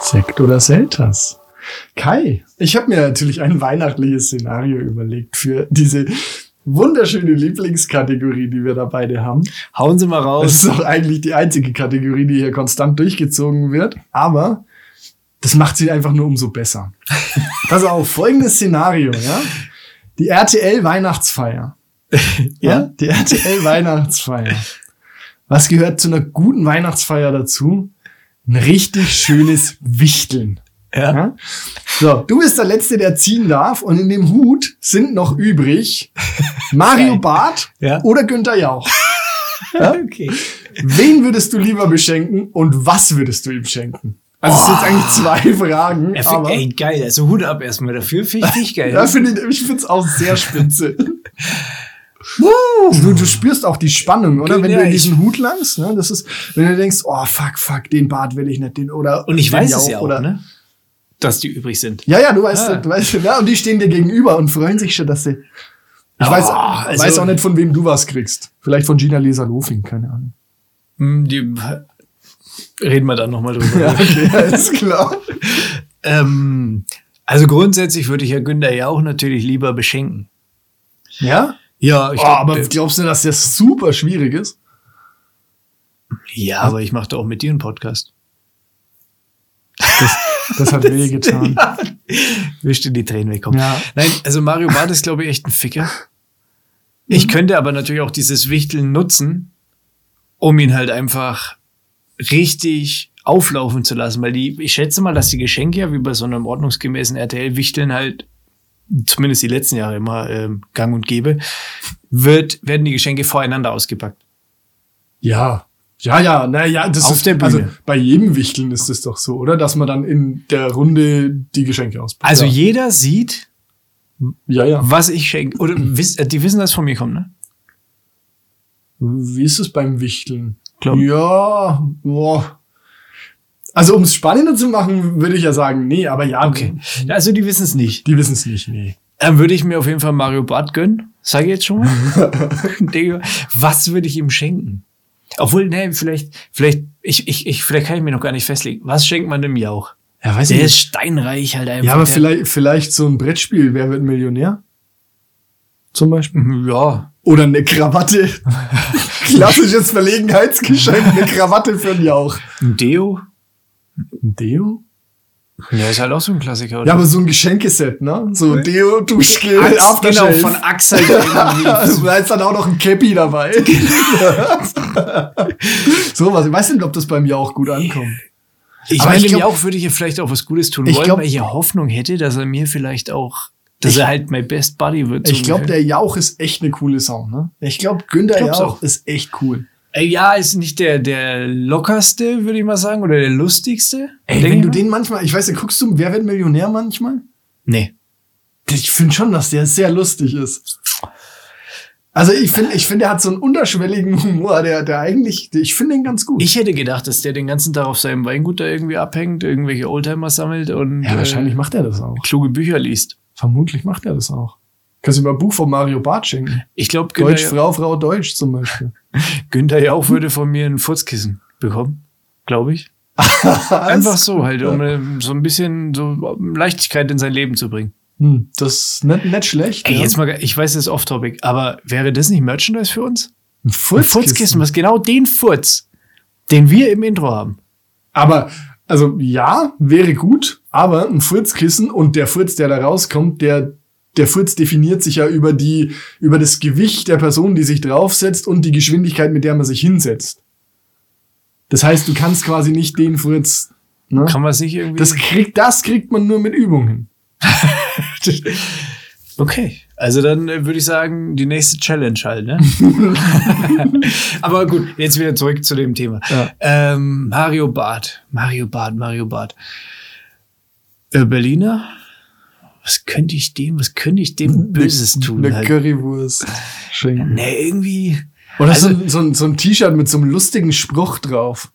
Speaker 1: Sekt oder Selters? Kai, ich habe mir natürlich ein weihnachtliches Szenario überlegt für diese wunderschöne Lieblingskategorie, die wir da beide haben.
Speaker 2: Hauen Sie mal
Speaker 1: Das
Speaker 2: raus.
Speaker 1: ist auch eigentlich die einzige Kategorie, die hier konstant durchgezogen wird, aber das macht sie einfach nur umso besser. Pass auf, folgendes Szenario, ja? Die RTL Weihnachtsfeier. Ja, die RTL Weihnachtsfeier. Was gehört zu einer guten Weihnachtsfeier dazu? Ein richtig schönes Wichteln.
Speaker 2: Ja.
Speaker 1: Ja? So, du bist der Letzte, der ziehen darf und in dem Hut sind noch übrig Mario
Speaker 2: Geil.
Speaker 1: Barth
Speaker 2: Ja.
Speaker 1: oder Günther Jauch.
Speaker 2: Okay.
Speaker 1: Wen würdest du lieber beschenken und was würdest du ihm schenken? Also es sind jetzt eigentlich zwei Fragen,
Speaker 2: Ja, find,
Speaker 1: aber
Speaker 2: ey, geil. Also Hut ab erstmal dafür. Finde ich richtig geil.
Speaker 1: ja, finde ich, ich finde es auch sehr spitze. du, du spürst auch die Spannung, oder? Wenn
Speaker 2: Ja,
Speaker 1: du in
Speaker 2: ich-
Speaker 1: diesen Hut langst, ne? Das ist, wenn du denkst, oh fuck, fuck, den Bart will ich nicht, den oder
Speaker 2: Und ich
Speaker 1: den
Speaker 2: weiß
Speaker 1: Jauch
Speaker 2: es ja auch,
Speaker 1: oder,
Speaker 2: ne? Dass die übrig sind.
Speaker 1: Ja, ja, du weißt,
Speaker 2: Ah.
Speaker 1: du weißt, ja, und die stehen dir gegenüber und freuen sich schon, dass sie. Ich
Speaker 2: Oh,
Speaker 1: weiß,
Speaker 2: also-
Speaker 1: weiß auch nicht, von wem du was kriegst. Vielleicht von Gina Lisa Lofing, keine Ahnung.
Speaker 2: Hm, Die reden wir dann nochmal drüber.
Speaker 1: okay, ist klar.
Speaker 2: Ähm, also grundsätzlich würde ich ja Günther ja auch natürlich lieber beschenken.
Speaker 1: Ja?
Speaker 2: Ja, ich
Speaker 1: Oh,
Speaker 2: glaub,
Speaker 1: aber
Speaker 2: äh,
Speaker 1: glaubst du, dass das super schwierig ist?
Speaker 2: ja, aber ich mache da auch mit dir einen Podcast.
Speaker 1: Das hat weh getan.
Speaker 2: Wisch dir die Tränen weg. Komm.
Speaker 1: Ja.
Speaker 2: Nein, also Mario Barth ist, glaube ich, echt ein Ficker. Ich könnte aber natürlich auch dieses Wichteln nutzen, um ihn halt einfach richtig auflaufen zu lassen, weil die, ich schätze mal, dass die Geschenke ja wie bei so einem ordnungsgemäßen RTL-Wichteln halt, zumindest die letzten Jahre immer ähm, gang und gäbe, wird, werden die Geschenke voreinander ausgepackt.
Speaker 1: Ja. Ja, ja, naja, das
Speaker 2: Auf
Speaker 1: ist
Speaker 2: der Bühne.
Speaker 1: also bei jedem Wichteln ist es doch so, oder? Dass man dann in der Runde die Geschenke auspackt.
Speaker 2: Also jeder sieht,
Speaker 1: ja, ja. ja.
Speaker 2: was ich schenke. Oder wiss, äh, die wissen, dass es von mir kommt, ne?
Speaker 1: Wie ist es beim Wichteln?
Speaker 2: Glaub-
Speaker 1: Ja, boah. Also um es spannender zu machen, würde ich ja sagen, nee, aber ja,
Speaker 2: Okay. Also die wissen es nicht.
Speaker 1: die wissen es nicht, nee.
Speaker 2: Dann würde ich mir auf jeden Fall Mario Barth gönnen. Sag ich jetzt schon mal. Digga, was würde ich ihm schenken? Obwohl, ne, vielleicht, vielleicht, ich, ich, ich, vielleicht kann ich mir noch gar nicht festlegen. Was schenkt man dem Jauch?
Speaker 1: Ja, weiß
Speaker 2: Der ist steinreich halt einfach.
Speaker 1: Ja, aber
Speaker 2: Der-
Speaker 1: vielleicht, vielleicht so ein Brettspiel, wer wird Millionär? Zum Beispiel.
Speaker 2: Ja.
Speaker 1: Oder eine Krawatte. Klassisches Verlegenheitsgeschenk, eine Krawatte für den Jauch.
Speaker 2: Ein Deo?
Speaker 1: Ein Deo?
Speaker 2: Ja, ist halt auch so ein Klassiker.
Speaker 1: Ja, aber so ein Geschenkeset, ne? So Deo, Duschgel,
Speaker 2: Axt, genau,
Speaker 1: Aftershave.
Speaker 2: von Axel. irgendwie.
Speaker 1: da ist dann auch noch ein Cappy dabei. so was. Ich weiß nicht, ob das bei mir auch gut ankommt.
Speaker 2: Ich
Speaker 1: Aber
Speaker 2: meine,
Speaker 1: ich
Speaker 2: dem
Speaker 1: glaub-
Speaker 2: Jauch würde ich hier vielleicht auch was Gutes tun
Speaker 1: Ich
Speaker 2: wollen,
Speaker 1: glaub-
Speaker 2: weil ich ja Hoffnung hätte, dass er mir vielleicht auch, dass er halt mein Best Buddy wird. so
Speaker 1: Ich glaube,
Speaker 2: ungefähr.
Speaker 1: der Jauch ist echt eine coole Song, ne? Ich glaube, Günther
Speaker 2: Ich glaub's
Speaker 1: Jauch
Speaker 2: auch.
Speaker 1: ist echt cool.
Speaker 2: Äh, Ja, ist nicht der, der lockerste, würde ich mal sagen, oder der lustigste.
Speaker 1: Ey,
Speaker 2: denke
Speaker 1: wenn
Speaker 2: ich
Speaker 1: du
Speaker 2: mal.
Speaker 1: den manchmal, ich weiß nicht, guckst du Wer wird Millionär manchmal?
Speaker 2: Nee.
Speaker 1: Ich finde schon, dass der sehr lustig ist. Also ich finde, ich finde, er hat so einen unterschwelligen Humor, der, der eigentlich, ich finde ihn ganz gut.
Speaker 2: Ich hätte gedacht, dass der den ganzen Tag auf seinem Weingut da irgendwie abhängt, irgendwelche Oldtimer sammelt und
Speaker 1: ja, wahrscheinlich macht er das auch.
Speaker 2: äh, kluge Bücher liest.
Speaker 1: Vermutlich macht er das auch. Kannst du mir ein Buch von Mario Barth schenken?
Speaker 2: Ich glaube,
Speaker 1: Deutsch,
Speaker 2: Günther,
Speaker 1: Frau, Frau, Deutsch zum Beispiel.
Speaker 2: Günther Jauch würde von mir ein Furzkissen bekommen, glaube ich. Einfach so halt, um ähm, so ein bisschen so Leichtigkeit in sein Leben zu bringen.
Speaker 1: Hm, das ist nicht, nicht schlecht.
Speaker 2: Ey,
Speaker 1: ja.
Speaker 2: jetzt mal, ich weiß, das ist off-topic, aber wäre das nicht Merchandise für uns?
Speaker 1: ein
Speaker 2: Ein
Speaker 1: Furzkissen.
Speaker 2: Furzkissen, was genau den Furz, den wir im Intro haben.
Speaker 1: Aber, also ja, wäre gut, aber ein Furzkissen und der Furz, der da rauskommt, der, der Furz definiert sich ja über die, über das Gewicht der Person, die sich draufsetzt und die Geschwindigkeit, mit der man sich hinsetzt. Das heißt, du kannst quasi nicht den Fritz. Ne?
Speaker 2: Kann man es nicht irgendwie.
Speaker 1: Das, kriegt, das kriegt man nur mit Übung hin.
Speaker 2: okay. Also dann äh, würde ich sagen, die nächste Challenge halt, ne? Aber gut, jetzt wieder zurück zu dem Thema.
Speaker 1: Ja.
Speaker 2: Ähm, Mario Barth. Mario Barth, Mario Barth. Äh, Berliner? Was könnte ich dem, was könnte ich dem Böses tun?
Speaker 1: Eine
Speaker 2: Halt?
Speaker 1: Currywurst. Schinken.
Speaker 2: Nee, irgendwie.
Speaker 1: Oder
Speaker 2: Also-
Speaker 1: so, ein- so, ein- so ein T-Shirt mit so einem lustigen Spruch drauf.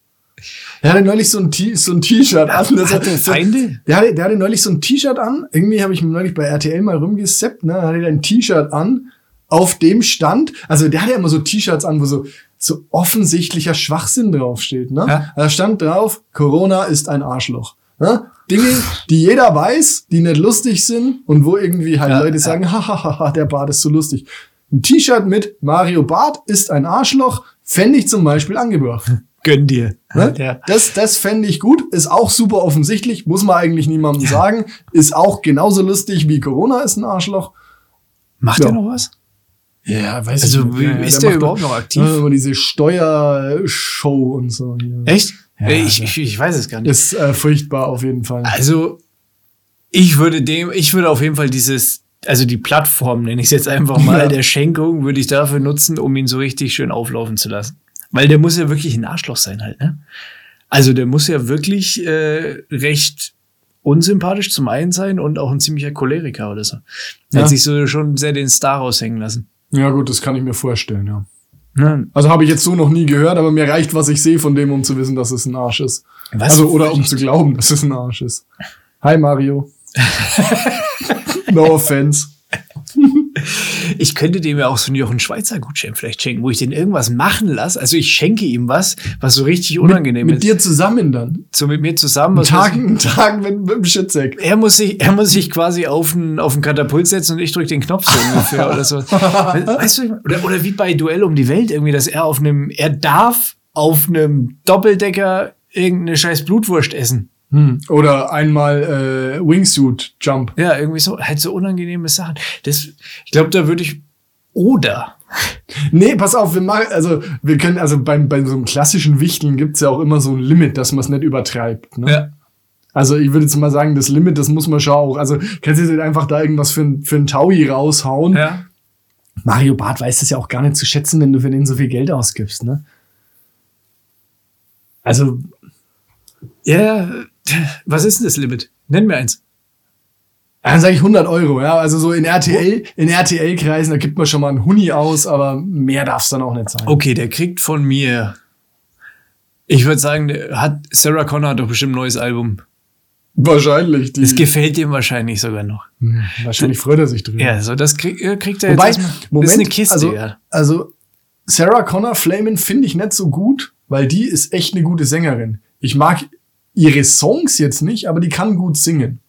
Speaker 1: Der hatte neulich so ein T- so ein T-Shirt an. das
Speaker 2: Hat er
Speaker 1: so-
Speaker 2: Feinde?
Speaker 1: Der hatte, der hatte neulich so ein T-Shirt an. Irgendwie habe ich ihm neulich bei RTL mal rumgesappt, ne? Da hatte er ein T-Shirt an. Auf dem stand, also der hatte immer so T-Shirts an, wo so, so offensichtlicher Schwachsinn draufsteht, ne?
Speaker 2: Ja.
Speaker 1: Da stand drauf, Corona ist ein Arschloch. Ne? Dinge, die jeder weiß, die nicht lustig sind und wo irgendwie halt
Speaker 2: Ja,
Speaker 1: Leute
Speaker 2: ja.
Speaker 1: sagen, hahaha, der Bart ist so lustig. Ein T-Shirt mit Mario Bart ist ein Arschloch, fände ich zum Beispiel angebracht.
Speaker 2: Gönn dir.
Speaker 1: Ne?
Speaker 2: Ja.
Speaker 1: Das, das fände ich gut. Ist auch super offensichtlich. Muss man eigentlich niemandem sagen. Ist auch genauso lustig wie Corona ist ein Arschloch.
Speaker 2: Macht
Speaker 1: Ja.
Speaker 2: er noch was?
Speaker 1: Ja, weiß
Speaker 2: Also,
Speaker 1: nicht.
Speaker 2: wie-
Speaker 1: Ja, ja,
Speaker 2: ist
Speaker 1: der
Speaker 2: der
Speaker 1: macht
Speaker 2: überhaupt
Speaker 1: doch-
Speaker 2: noch aktiv?
Speaker 1: Ja, Immer diese Steuershow und so. hier.
Speaker 2: Echt?
Speaker 1: Ja, also.
Speaker 2: Äh, ich,
Speaker 1: ja.
Speaker 2: ich, ich weiß es gar nicht.
Speaker 1: Ist äh, furchtbar auf jeden Fall.
Speaker 2: Also, ich würde dem, ich würde auf jeden Fall dieses, also die Plattform, nenne ich es jetzt einfach mal,
Speaker 1: Ja.
Speaker 2: der Schenkung, würde ich dafür nutzen, um ihn so richtig schön auflaufen zu lassen. Weil der muss ja wirklich ein Arschloch sein halt, ne? Also der muss ja wirklich äh, recht unsympathisch zum einen sein und auch ein ziemlicher Choleriker oder so. Er
Speaker 1: Ja.
Speaker 2: hat sich so schon sehr den Star raushängen lassen.
Speaker 1: Ja gut, das kann ich mir vorstellen, ja.
Speaker 2: Ne?
Speaker 1: Also habe ich jetzt so noch nie gehört, aber mir reicht, was ich sehe von dem, um zu wissen, dass es ein Arsch ist.
Speaker 2: Was?
Speaker 1: Also, oder um zu glauben, dass es ein Arsch ist. Hi Mario. no offense.
Speaker 2: Ich könnte dem ja auch so einen Jochen Schweizer Gutschein vielleicht schenken, wo ich den irgendwas machen lasse. Also ich schenke ihm was, was so richtig unangenehm
Speaker 1: mit
Speaker 2: ist.
Speaker 1: dir zusammen dann.
Speaker 2: so mit mir zusammen. Was weiß ich.
Speaker 1: Tagen, Tagen mit, mit dem Shitsack.
Speaker 2: er muss sich, er muss sich quasi auf den, auf den Katapult setzen und ich drücke den Knopf so ungefähr oder so. We- Weißt du, oder, oder wie bei Duell um die Welt irgendwie, dass er auf einem, er darf auf einem Doppeldecker irgendeine scheiß Blutwurst essen.
Speaker 1: Hm. Oder einmal äh, Wingsuit Jump.
Speaker 2: Ja, irgendwie so, halt so unangenehme Sachen. Das, ich glaube, da würde ich, oder,
Speaker 1: Nee, pass auf, wir machen, also wir können, also beim, bei so einem klassischen Wichteln gibt's ja auch immer so ein Limit, dass man es nicht übertreibt. Ne?
Speaker 2: ja.
Speaker 1: Also ich würde jetzt mal sagen, das Limit, das muss man schon auch. Also kannst du jetzt nicht einfach da irgendwas für, ein- für einen Taui raushauen.
Speaker 2: ja.
Speaker 1: Mario Barth weiß das ja auch gar nicht zu schätzen, wenn du für den so viel Geld ausgibst, ne? Also,
Speaker 2: Ja, was ist denn das Limit? Nenn mir eins.
Speaker 1: dann sage ich 100 Euro, ja. Also so in RTL, in RTL-Kreisen, da gibt man schon mal einen Huni aus, aber mehr darf es dann auch nicht sein.
Speaker 2: Okay, der kriegt von mir, ich würde sagen, der hat, Sarah Connor hat doch bestimmt ein neues Album.
Speaker 1: Wahrscheinlich. Die,
Speaker 2: Das gefällt dem wahrscheinlich sogar noch.
Speaker 1: Hm, wahrscheinlich freut er sich drüber.
Speaker 2: Ja, so das krieg, äh, kriegt er
Speaker 1: Wobei,
Speaker 2: jetzt. erstmal-
Speaker 1: Moment,
Speaker 2: das ist eine Kiste,
Speaker 1: also,
Speaker 2: ja.
Speaker 1: also Sarah Connor Flamin finde ich nicht so gut, weil die ist echt eine gute Sängerin. Ich mag ihre Songs jetzt nicht, aber die kann gut singen.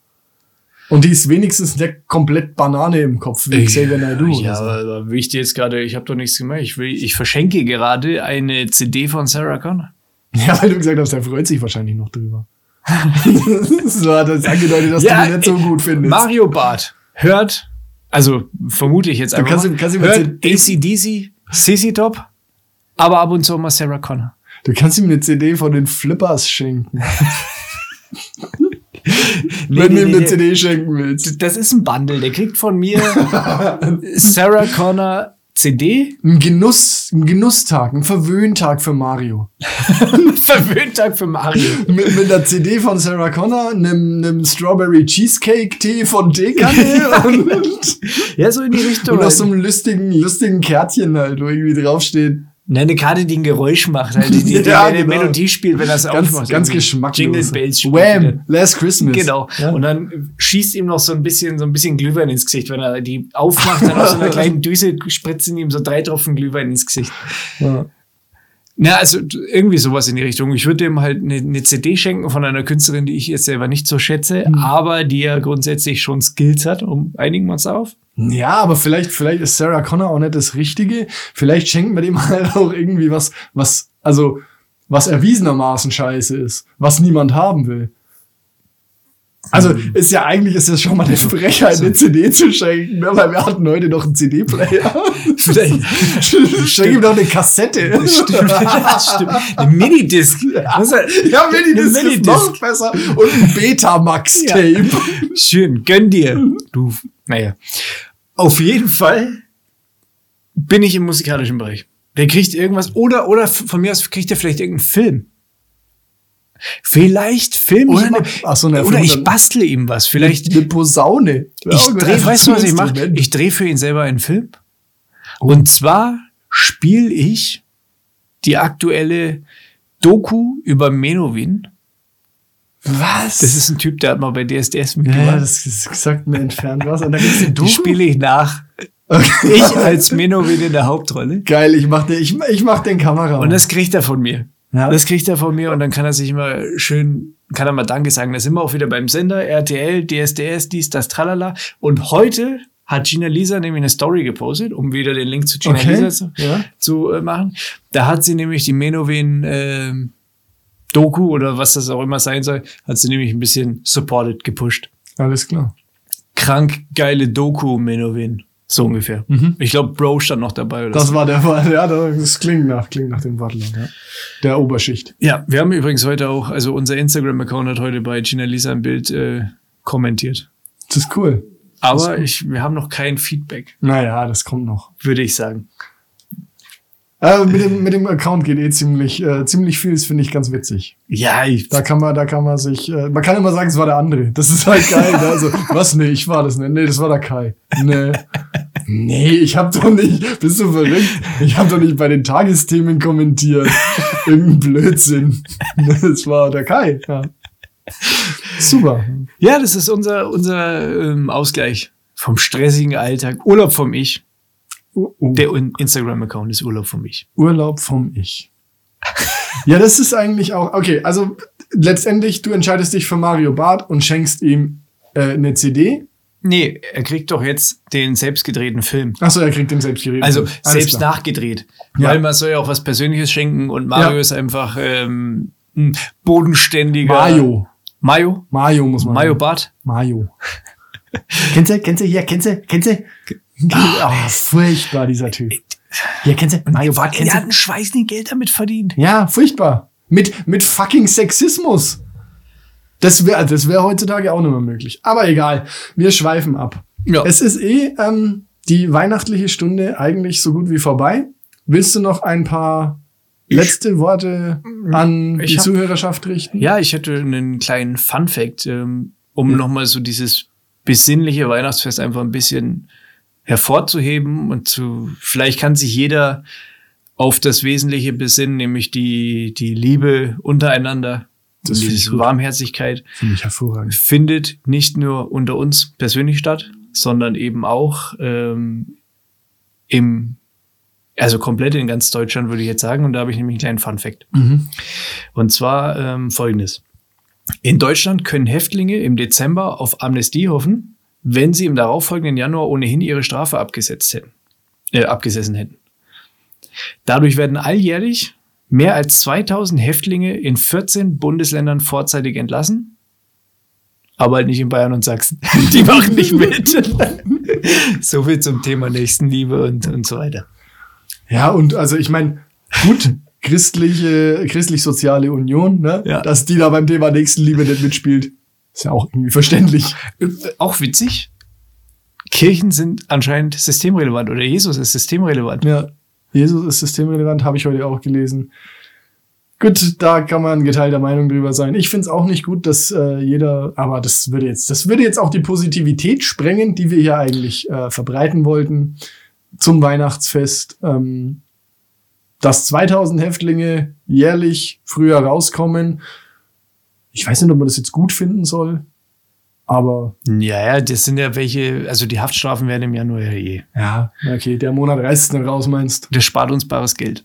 Speaker 1: Und die ist wenigstens nicht komplett Banane im Kopf, wie äh, Xavier Naidoo. also. oder
Speaker 2: Ja,
Speaker 1: so.
Speaker 2: aber, aber will ich dir jetzt gerade, ich habe doch nichts gemacht. Ich, will, ich verschenke gerade eine CD von Sarah Connor.
Speaker 1: Ja, weil du gesagt hast, er freut sich wahrscheinlich noch drüber. so hat er es angedeutet, dass du ihn nicht so
Speaker 2: äh,
Speaker 1: gut findest.
Speaker 2: Mario Barth hört, also vermute ich jetzt einfach.
Speaker 1: kannst ihm-
Speaker 2: mal,
Speaker 1: kannst ihm
Speaker 2: hört
Speaker 1: erzählen-
Speaker 2: ACDC, Sissy Top, aber ab und zu mal Sarah Connor.
Speaker 1: du kannst ihm eine CD von den Flippers schenken, wenn du ihm eine CD schenken willst.
Speaker 2: Das ist ein Bundle. Der kriegt von mir Sarah Connor CD,
Speaker 1: Ein Genuss, ein Genusstag, ein Verwöhntag für Mario.
Speaker 2: Verwöhntag für Mario.
Speaker 1: Mit, mit einer CD von Sarah Connor, einem, einem Strawberry Cheesecake Tee von Teekanne und, und
Speaker 2: Ja, so in die Richtung.
Speaker 1: auf so einem lustigen, lustigen Kärtchen halt, wo irgendwie draufsteht.
Speaker 2: Ne, eine Karte, die ein Geräusch macht, halt, die, die, die
Speaker 1: Ja,
Speaker 2: eine
Speaker 1: genau.
Speaker 2: Melodie spielt, wenn das
Speaker 1: Ganz,
Speaker 2: aufmacht.
Speaker 1: ganz
Speaker 2: Irgendwie
Speaker 1: geschmacklos.
Speaker 2: Jingle Bells spielt
Speaker 1: Wham!
Speaker 2: wieder.
Speaker 1: Last Christmas.
Speaker 2: Genau.
Speaker 1: Ja.
Speaker 2: Und dann schießt ihm noch so ein bisschen, so ein bisschen Glühwein ins Gesicht, wenn er die aufmacht, dann aus so einer kleinen Düse spritzen ihm so drei Tropfen Glühwein ins Gesicht.
Speaker 1: Ja.
Speaker 2: Na, also irgendwie sowas in die Richtung. Ich würde ihm halt eine, eine CD schenken von einer Künstlerin, die ich jetzt selber nicht so schätze,
Speaker 1: Hm.
Speaker 2: aber die ja grundsätzlich schon Skills hat, um einigen wir uns darauf.
Speaker 1: Ja, aber vielleicht, vielleicht ist Sarah Connor auch nicht das Richtige. Vielleicht schenken wir dem halt auch irgendwie was, was, also, was erwiesenermaßen scheiße ist, was niemand haben will. Also
Speaker 2: Mhm.
Speaker 1: ist ja eigentlich ist das schon mal eine
Speaker 2: Also,
Speaker 1: Frechheit, eine CD zu schenken, ne? weil wir hatten heute noch einen CD-Player. Schenk ihm doch eine Kassette.
Speaker 2: Das stimmt, das stimmt. Eine Minidisc. Das ist halt-
Speaker 1: Ja, Minidisc
Speaker 2: Eine
Speaker 1: ist noch besser. Und ein Betamax-Tape.
Speaker 2: Schön, gönn
Speaker 1: Mhm.
Speaker 2: dir. Du, naja. Auf jeden Fall bin ich im musikalischen Bereich. Der kriegt irgendwas, oder, oder von mir aus kriegt er vielleicht irgendeinen Film. Vielleicht film ich
Speaker 1: Oder
Speaker 2: mal-
Speaker 1: eine- ach so, eine
Speaker 2: oder ich
Speaker 1: 500
Speaker 2: bastle ihm was. Vielleicht,
Speaker 1: Eine Posaune.
Speaker 2: ich dreh, weißt du, was ich mache? Ich drehe für ihn selber einen Film.
Speaker 1: Oh.
Speaker 2: Und zwar spiele ich die aktuelle Doku über Menowin.
Speaker 1: was?
Speaker 2: Das ist ein Typ, der hat mal bei DSDS
Speaker 1: ja,
Speaker 2: mitgemacht.
Speaker 1: ja, das ist gesagt mir entfernt was. Und da gibt's den
Speaker 2: die
Speaker 1: Doku.
Speaker 2: spiele ich nach. Ich als Menowin in der Hauptrolle.
Speaker 1: Geil, ich mach den, ich, ich mach den Kamera.
Speaker 2: Und das kriegt er von mir.
Speaker 1: Oh. Ja.
Speaker 2: Das kriegt er von mir und dann kann er sich immer schön, kann er mal Danke sagen. Da sind wir auch wieder beim Sender, RTL, DSDS, dies, das, tralala. Und heute hat Gina Lisa nämlich eine Story gepostet, um wieder den Link zu Gina
Speaker 1: Okay,
Speaker 2: Lisa zu,
Speaker 1: ja.
Speaker 2: zu äh, machen. Da hat sie nämlich die Menowin ähm, Doku oder was das auch immer sein soll, hat sie nämlich ein bisschen supported, gepusht
Speaker 1: Alles klar.
Speaker 2: krank geile Doku Menowin. So ungefähr. Ich glaube, Bro stand noch dabei. Oder so.
Speaker 1: Mhm. Das war der Fall. Ja, das klingt nach, klingt nach dem Wattland, ja. Der Oberschicht.
Speaker 2: Ja, wir haben übrigens heute auch, also unser Instagram-Account hat heute bei Gina Lisa ein Bild äh, kommentiert.
Speaker 1: Das ist cool.
Speaker 2: Aber ich, wir haben noch kein Feedback,
Speaker 1: Naja, das kommt noch.
Speaker 2: würde ich sagen.
Speaker 1: Äh, mit, dem, mit dem Account geht eh ziemlich, äh, ziemlich viel, das finde ich ganz witzig.
Speaker 2: Ja, ich,
Speaker 1: Da kann man, da kann man sich, äh, man kann immer sagen, es war der andere. Das ist halt geil. ne? Also, was? Nee, ich war das nicht. Nee, das war der Kai. Nee. Nee, ich hab doch nicht, bist du verrückt? Ich hab doch nicht bei den Tagesthemen kommentiert. Irgendein Blödsinn. Das war der Kai. Ja. Super.
Speaker 2: ja das ist unser, unser ähm, Ausgleich vom stressigen Alltag. Urlaub vom Ich.
Speaker 1: Oh, oh.
Speaker 2: Der Un- Instagram-Account ist Urlaub vom Ich.
Speaker 1: Urlaub vom Ich. ja, das ist eigentlich auch, okay, also letztendlich, du entscheidest dich für Mario Barth und schenkst ihm äh, eine CD.
Speaker 2: Nee, er kriegt doch jetzt den selbstgedrehten Film.
Speaker 1: Achso, er kriegt den selbstgeredeten.
Speaker 2: Also
Speaker 1: Alles
Speaker 2: selbst
Speaker 1: klar.
Speaker 2: nachgedreht.
Speaker 1: Ja.
Speaker 2: Weil man soll ja auch was Persönliches schenken und Mario
Speaker 1: Ja.
Speaker 2: ist einfach ähm, ein bodenständiger.
Speaker 1: Mario.
Speaker 2: Mayo?
Speaker 1: Mario muss man
Speaker 2: Mayo
Speaker 1: sagen.
Speaker 2: Bart?
Speaker 1: Mario. kennst du, kennst du, hier, kennst du, kennst du? Ah, furchtbar, dieser Typ. Hier, kennst du, Mario Barth,
Speaker 2: Er hat ein schweißendes Geld damit verdient.
Speaker 1: Ja, furchtbar. Mit, mit fucking Sexismus. Das wäre das wär heutzutage auch nicht mehr möglich. Aber egal, wir schweifen ab.
Speaker 2: Ja.
Speaker 1: Es ist eh ähm, die weihnachtliche Stunde eigentlich so gut wie vorbei. Willst du noch ein paar letzte Worte an
Speaker 2: ich
Speaker 1: die
Speaker 2: hab-
Speaker 1: Zuhörerschaft richten?
Speaker 2: Ja, ich hätte einen kleinen Fun Fact, ähm, um
Speaker 1: Mhm.
Speaker 2: nochmal so dieses besinnliche Weihnachtsfest einfach ein bisschen hervorzuheben und zu, vielleicht kann sich jeder auf das Wesentliche besinnen, nämlich die, die Liebe untereinander,
Speaker 1: Das
Speaker 2: und
Speaker 1: find ich
Speaker 2: diese
Speaker 1: gut.
Speaker 2: Warmherzigkeit.
Speaker 1: Finde ich hervorragend.
Speaker 2: findet nicht nur unter uns persönlich statt, sondern eben auch ähm, im, also komplett in ganz Deutschland, würde ich jetzt sagen. Und da habe ich nämlich einen kleinen Fun-Fact.
Speaker 1: Mhm.
Speaker 2: Und zwar ähm, folgendes: In Deutschland können Häftlinge im Dezember auf Amnestie hoffen, wenn sie im darauffolgenden Januar ohnehin ihre Strafe abgesetzt hätten, äh, abgesessen hätten. Dadurch werden alljährlich mehr als 2000 Häftlinge in 14 Bundesländern vorzeitig entlassen aber halt nicht in Bayern und Sachsen. Die machen nicht mit. so viel zum Thema Nächstenliebe und, und so weiter.
Speaker 1: Ja, und also ich meine, gut, christliche, christlich-soziale Union, ne?
Speaker 2: Ja.
Speaker 1: dass die da beim Thema Nächstenliebe nicht mitspielt, ist ja auch irgendwie verständlich.
Speaker 2: Äh, Auch witzig. Kirchen sind anscheinend systemrelevant oder Jesus ist systemrelevant.
Speaker 1: Ja, Jesus ist systemrelevant, habe ich heute auch gelesen. Gut, da kann man geteilter Meinung drüber sein. Ich finde es auch nicht gut, dass äh, jeder, aber das würde jetzt, das würde jetzt auch die Positivität sprengen, die wir hier eigentlich äh, verbreiten wollten zum Weihnachtsfest. Ähm, dass 2000 Häftlinge jährlich früher rauskommen. Ich weiß nicht, ob man das jetzt gut finden soll, aber
Speaker 2: Ja, ja, das sind ja welche, also die Haftstrafen werden im Januar ja eh.
Speaker 1: ja, okay, der Monat reißt nicht raus, meinst
Speaker 2: Das spart uns bares Geld.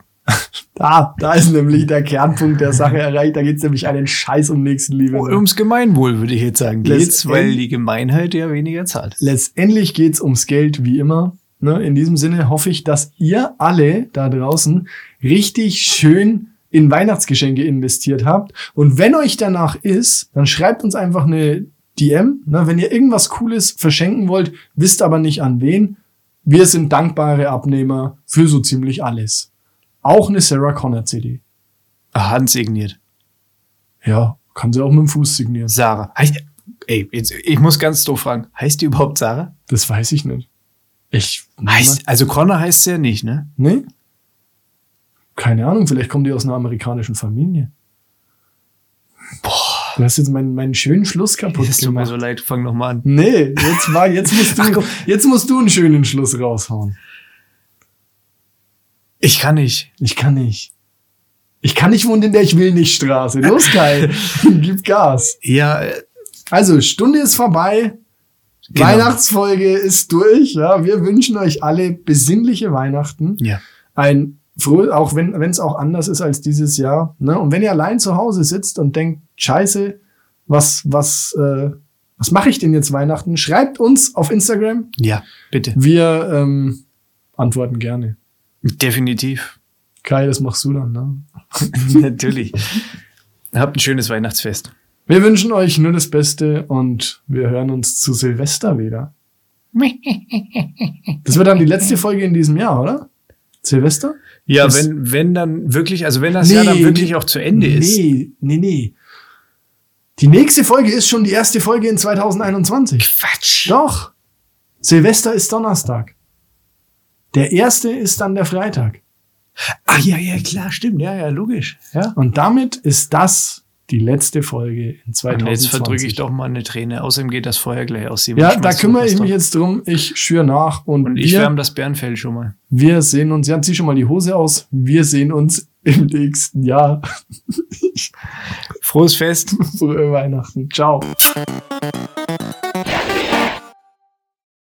Speaker 1: Da, da ist nämlich der Kernpunkt der Sache erreicht. Da geht es nämlich einen Scheiß um Nächstenliebe.
Speaker 2: Oh, Ums Gemeinwohl würde ich jetzt sagen geht's,
Speaker 1: Letztend-
Speaker 2: weil die Gemeinheit ja weniger zahlt.
Speaker 1: Letztendlich geht es ums Geld, wie immer. Ne? In diesem Sinne hoffe ich, dass ihr alle da draußen richtig schön in Weihnachtsgeschenke investiert habt. Und wenn euch danach ist, dann schreibt uns einfach eine DM. Ne? Wenn ihr irgendwas Cooles verschenken wollt, wisst aber nicht an wen. Wir sind dankbare Abnehmer für so ziemlich alles. Auch eine Sarah Connor CD.
Speaker 2: Handsigniert.
Speaker 1: Ja, kann sie auch mit dem Fuß signieren.
Speaker 2: Sarah. Heißt, ey, jetzt, ich muss ganz doof fragen. Heißt die überhaupt Sarah?
Speaker 1: Das weiß ich nicht. Ich
Speaker 2: Heißt, also Connor heißt sie ja nicht, ne?
Speaker 1: Nee? Keine Ahnung, vielleicht kommt die aus einer amerikanischen Familie. Boah. Du hast jetzt meinen, meinen schönen Schluss kaputt
Speaker 2: Das tut mir
Speaker 1: gemacht.
Speaker 2: so leid, fang nochmal an.
Speaker 1: Nee, jetzt, war, jetzt, musst
Speaker 2: Ach,
Speaker 1: du,
Speaker 2: komm.
Speaker 1: jetzt musst du einen schönen Schluss raushauen.
Speaker 2: Ich kann nicht.
Speaker 1: Ich kann nicht. Ich kann nicht wohnen in der Ich will nicht Straße. Los, Kai. Gib Gas.
Speaker 2: Ja, äh,
Speaker 1: Also, Stunde ist vorbei.
Speaker 2: Genau.
Speaker 1: Weihnachtsfolge ist durch. Ja, wir wünschen euch alle besinnliche Weihnachten.
Speaker 2: ja.
Speaker 1: ein froh, auch wenn es auch anders ist als dieses Jahr. Ne? Und wenn ihr allein zu Hause sitzt und denkt, Scheiße, was was äh, was mache ich denn jetzt Weihnachten? Schreibt uns auf Instagram.
Speaker 2: Ja, bitte.
Speaker 1: Wir ähm, antworten gerne.
Speaker 2: Definitiv.
Speaker 1: Kai, das machst du dann. Ne?
Speaker 2: Natürlich. Habt ein schönes Weihnachtsfest.
Speaker 1: Wir wünschen euch nur das Beste und wir hören uns zu Silvester wieder. Das wird dann die letzte Folge in diesem Jahr, oder? Silvester?
Speaker 2: Ja,
Speaker 1: Das-
Speaker 2: wenn, wenn dann wirklich, also wenn das Jahr dann wirklich auch zu Ende
Speaker 1: nee,
Speaker 2: ist.
Speaker 1: Nee, nee, nee. Die nächste Folge ist schon die erste Folge in 2021.
Speaker 2: Quatsch.
Speaker 1: Doch. Silvester ist Donnerstag. Der erste ist dann der Freitag.
Speaker 2: Ah, ja, ja, klar, stimmt. Ja, ja, logisch. Ja.
Speaker 1: Und damit ist das die letzte Folge in
Speaker 2: Und
Speaker 1: 2020.
Speaker 2: jetzt verdrücke ich doch mal eine Träne. Außerdem geht das Feuer gleich aus. Simon,
Speaker 1: Ja,
Speaker 2: schmeiß
Speaker 1: da
Speaker 2: doch
Speaker 1: kümmere
Speaker 2: was
Speaker 1: ich mich
Speaker 2: drauf.
Speaker 1: jetzt drum. Ich schüre nach und,
Speaker 2: Und ich wärme
Speaker 1: wir,
Speaker 2: das Bärenfell schon mal.
Speaker 1: wir sehen uns. Ja, zieh schon mal die Hose aus. Wir sehen uns im nächsten Jahr.
Speaker 2: Frohes Fest.
Speaker 1: Frohe Weihnachten. Ciao.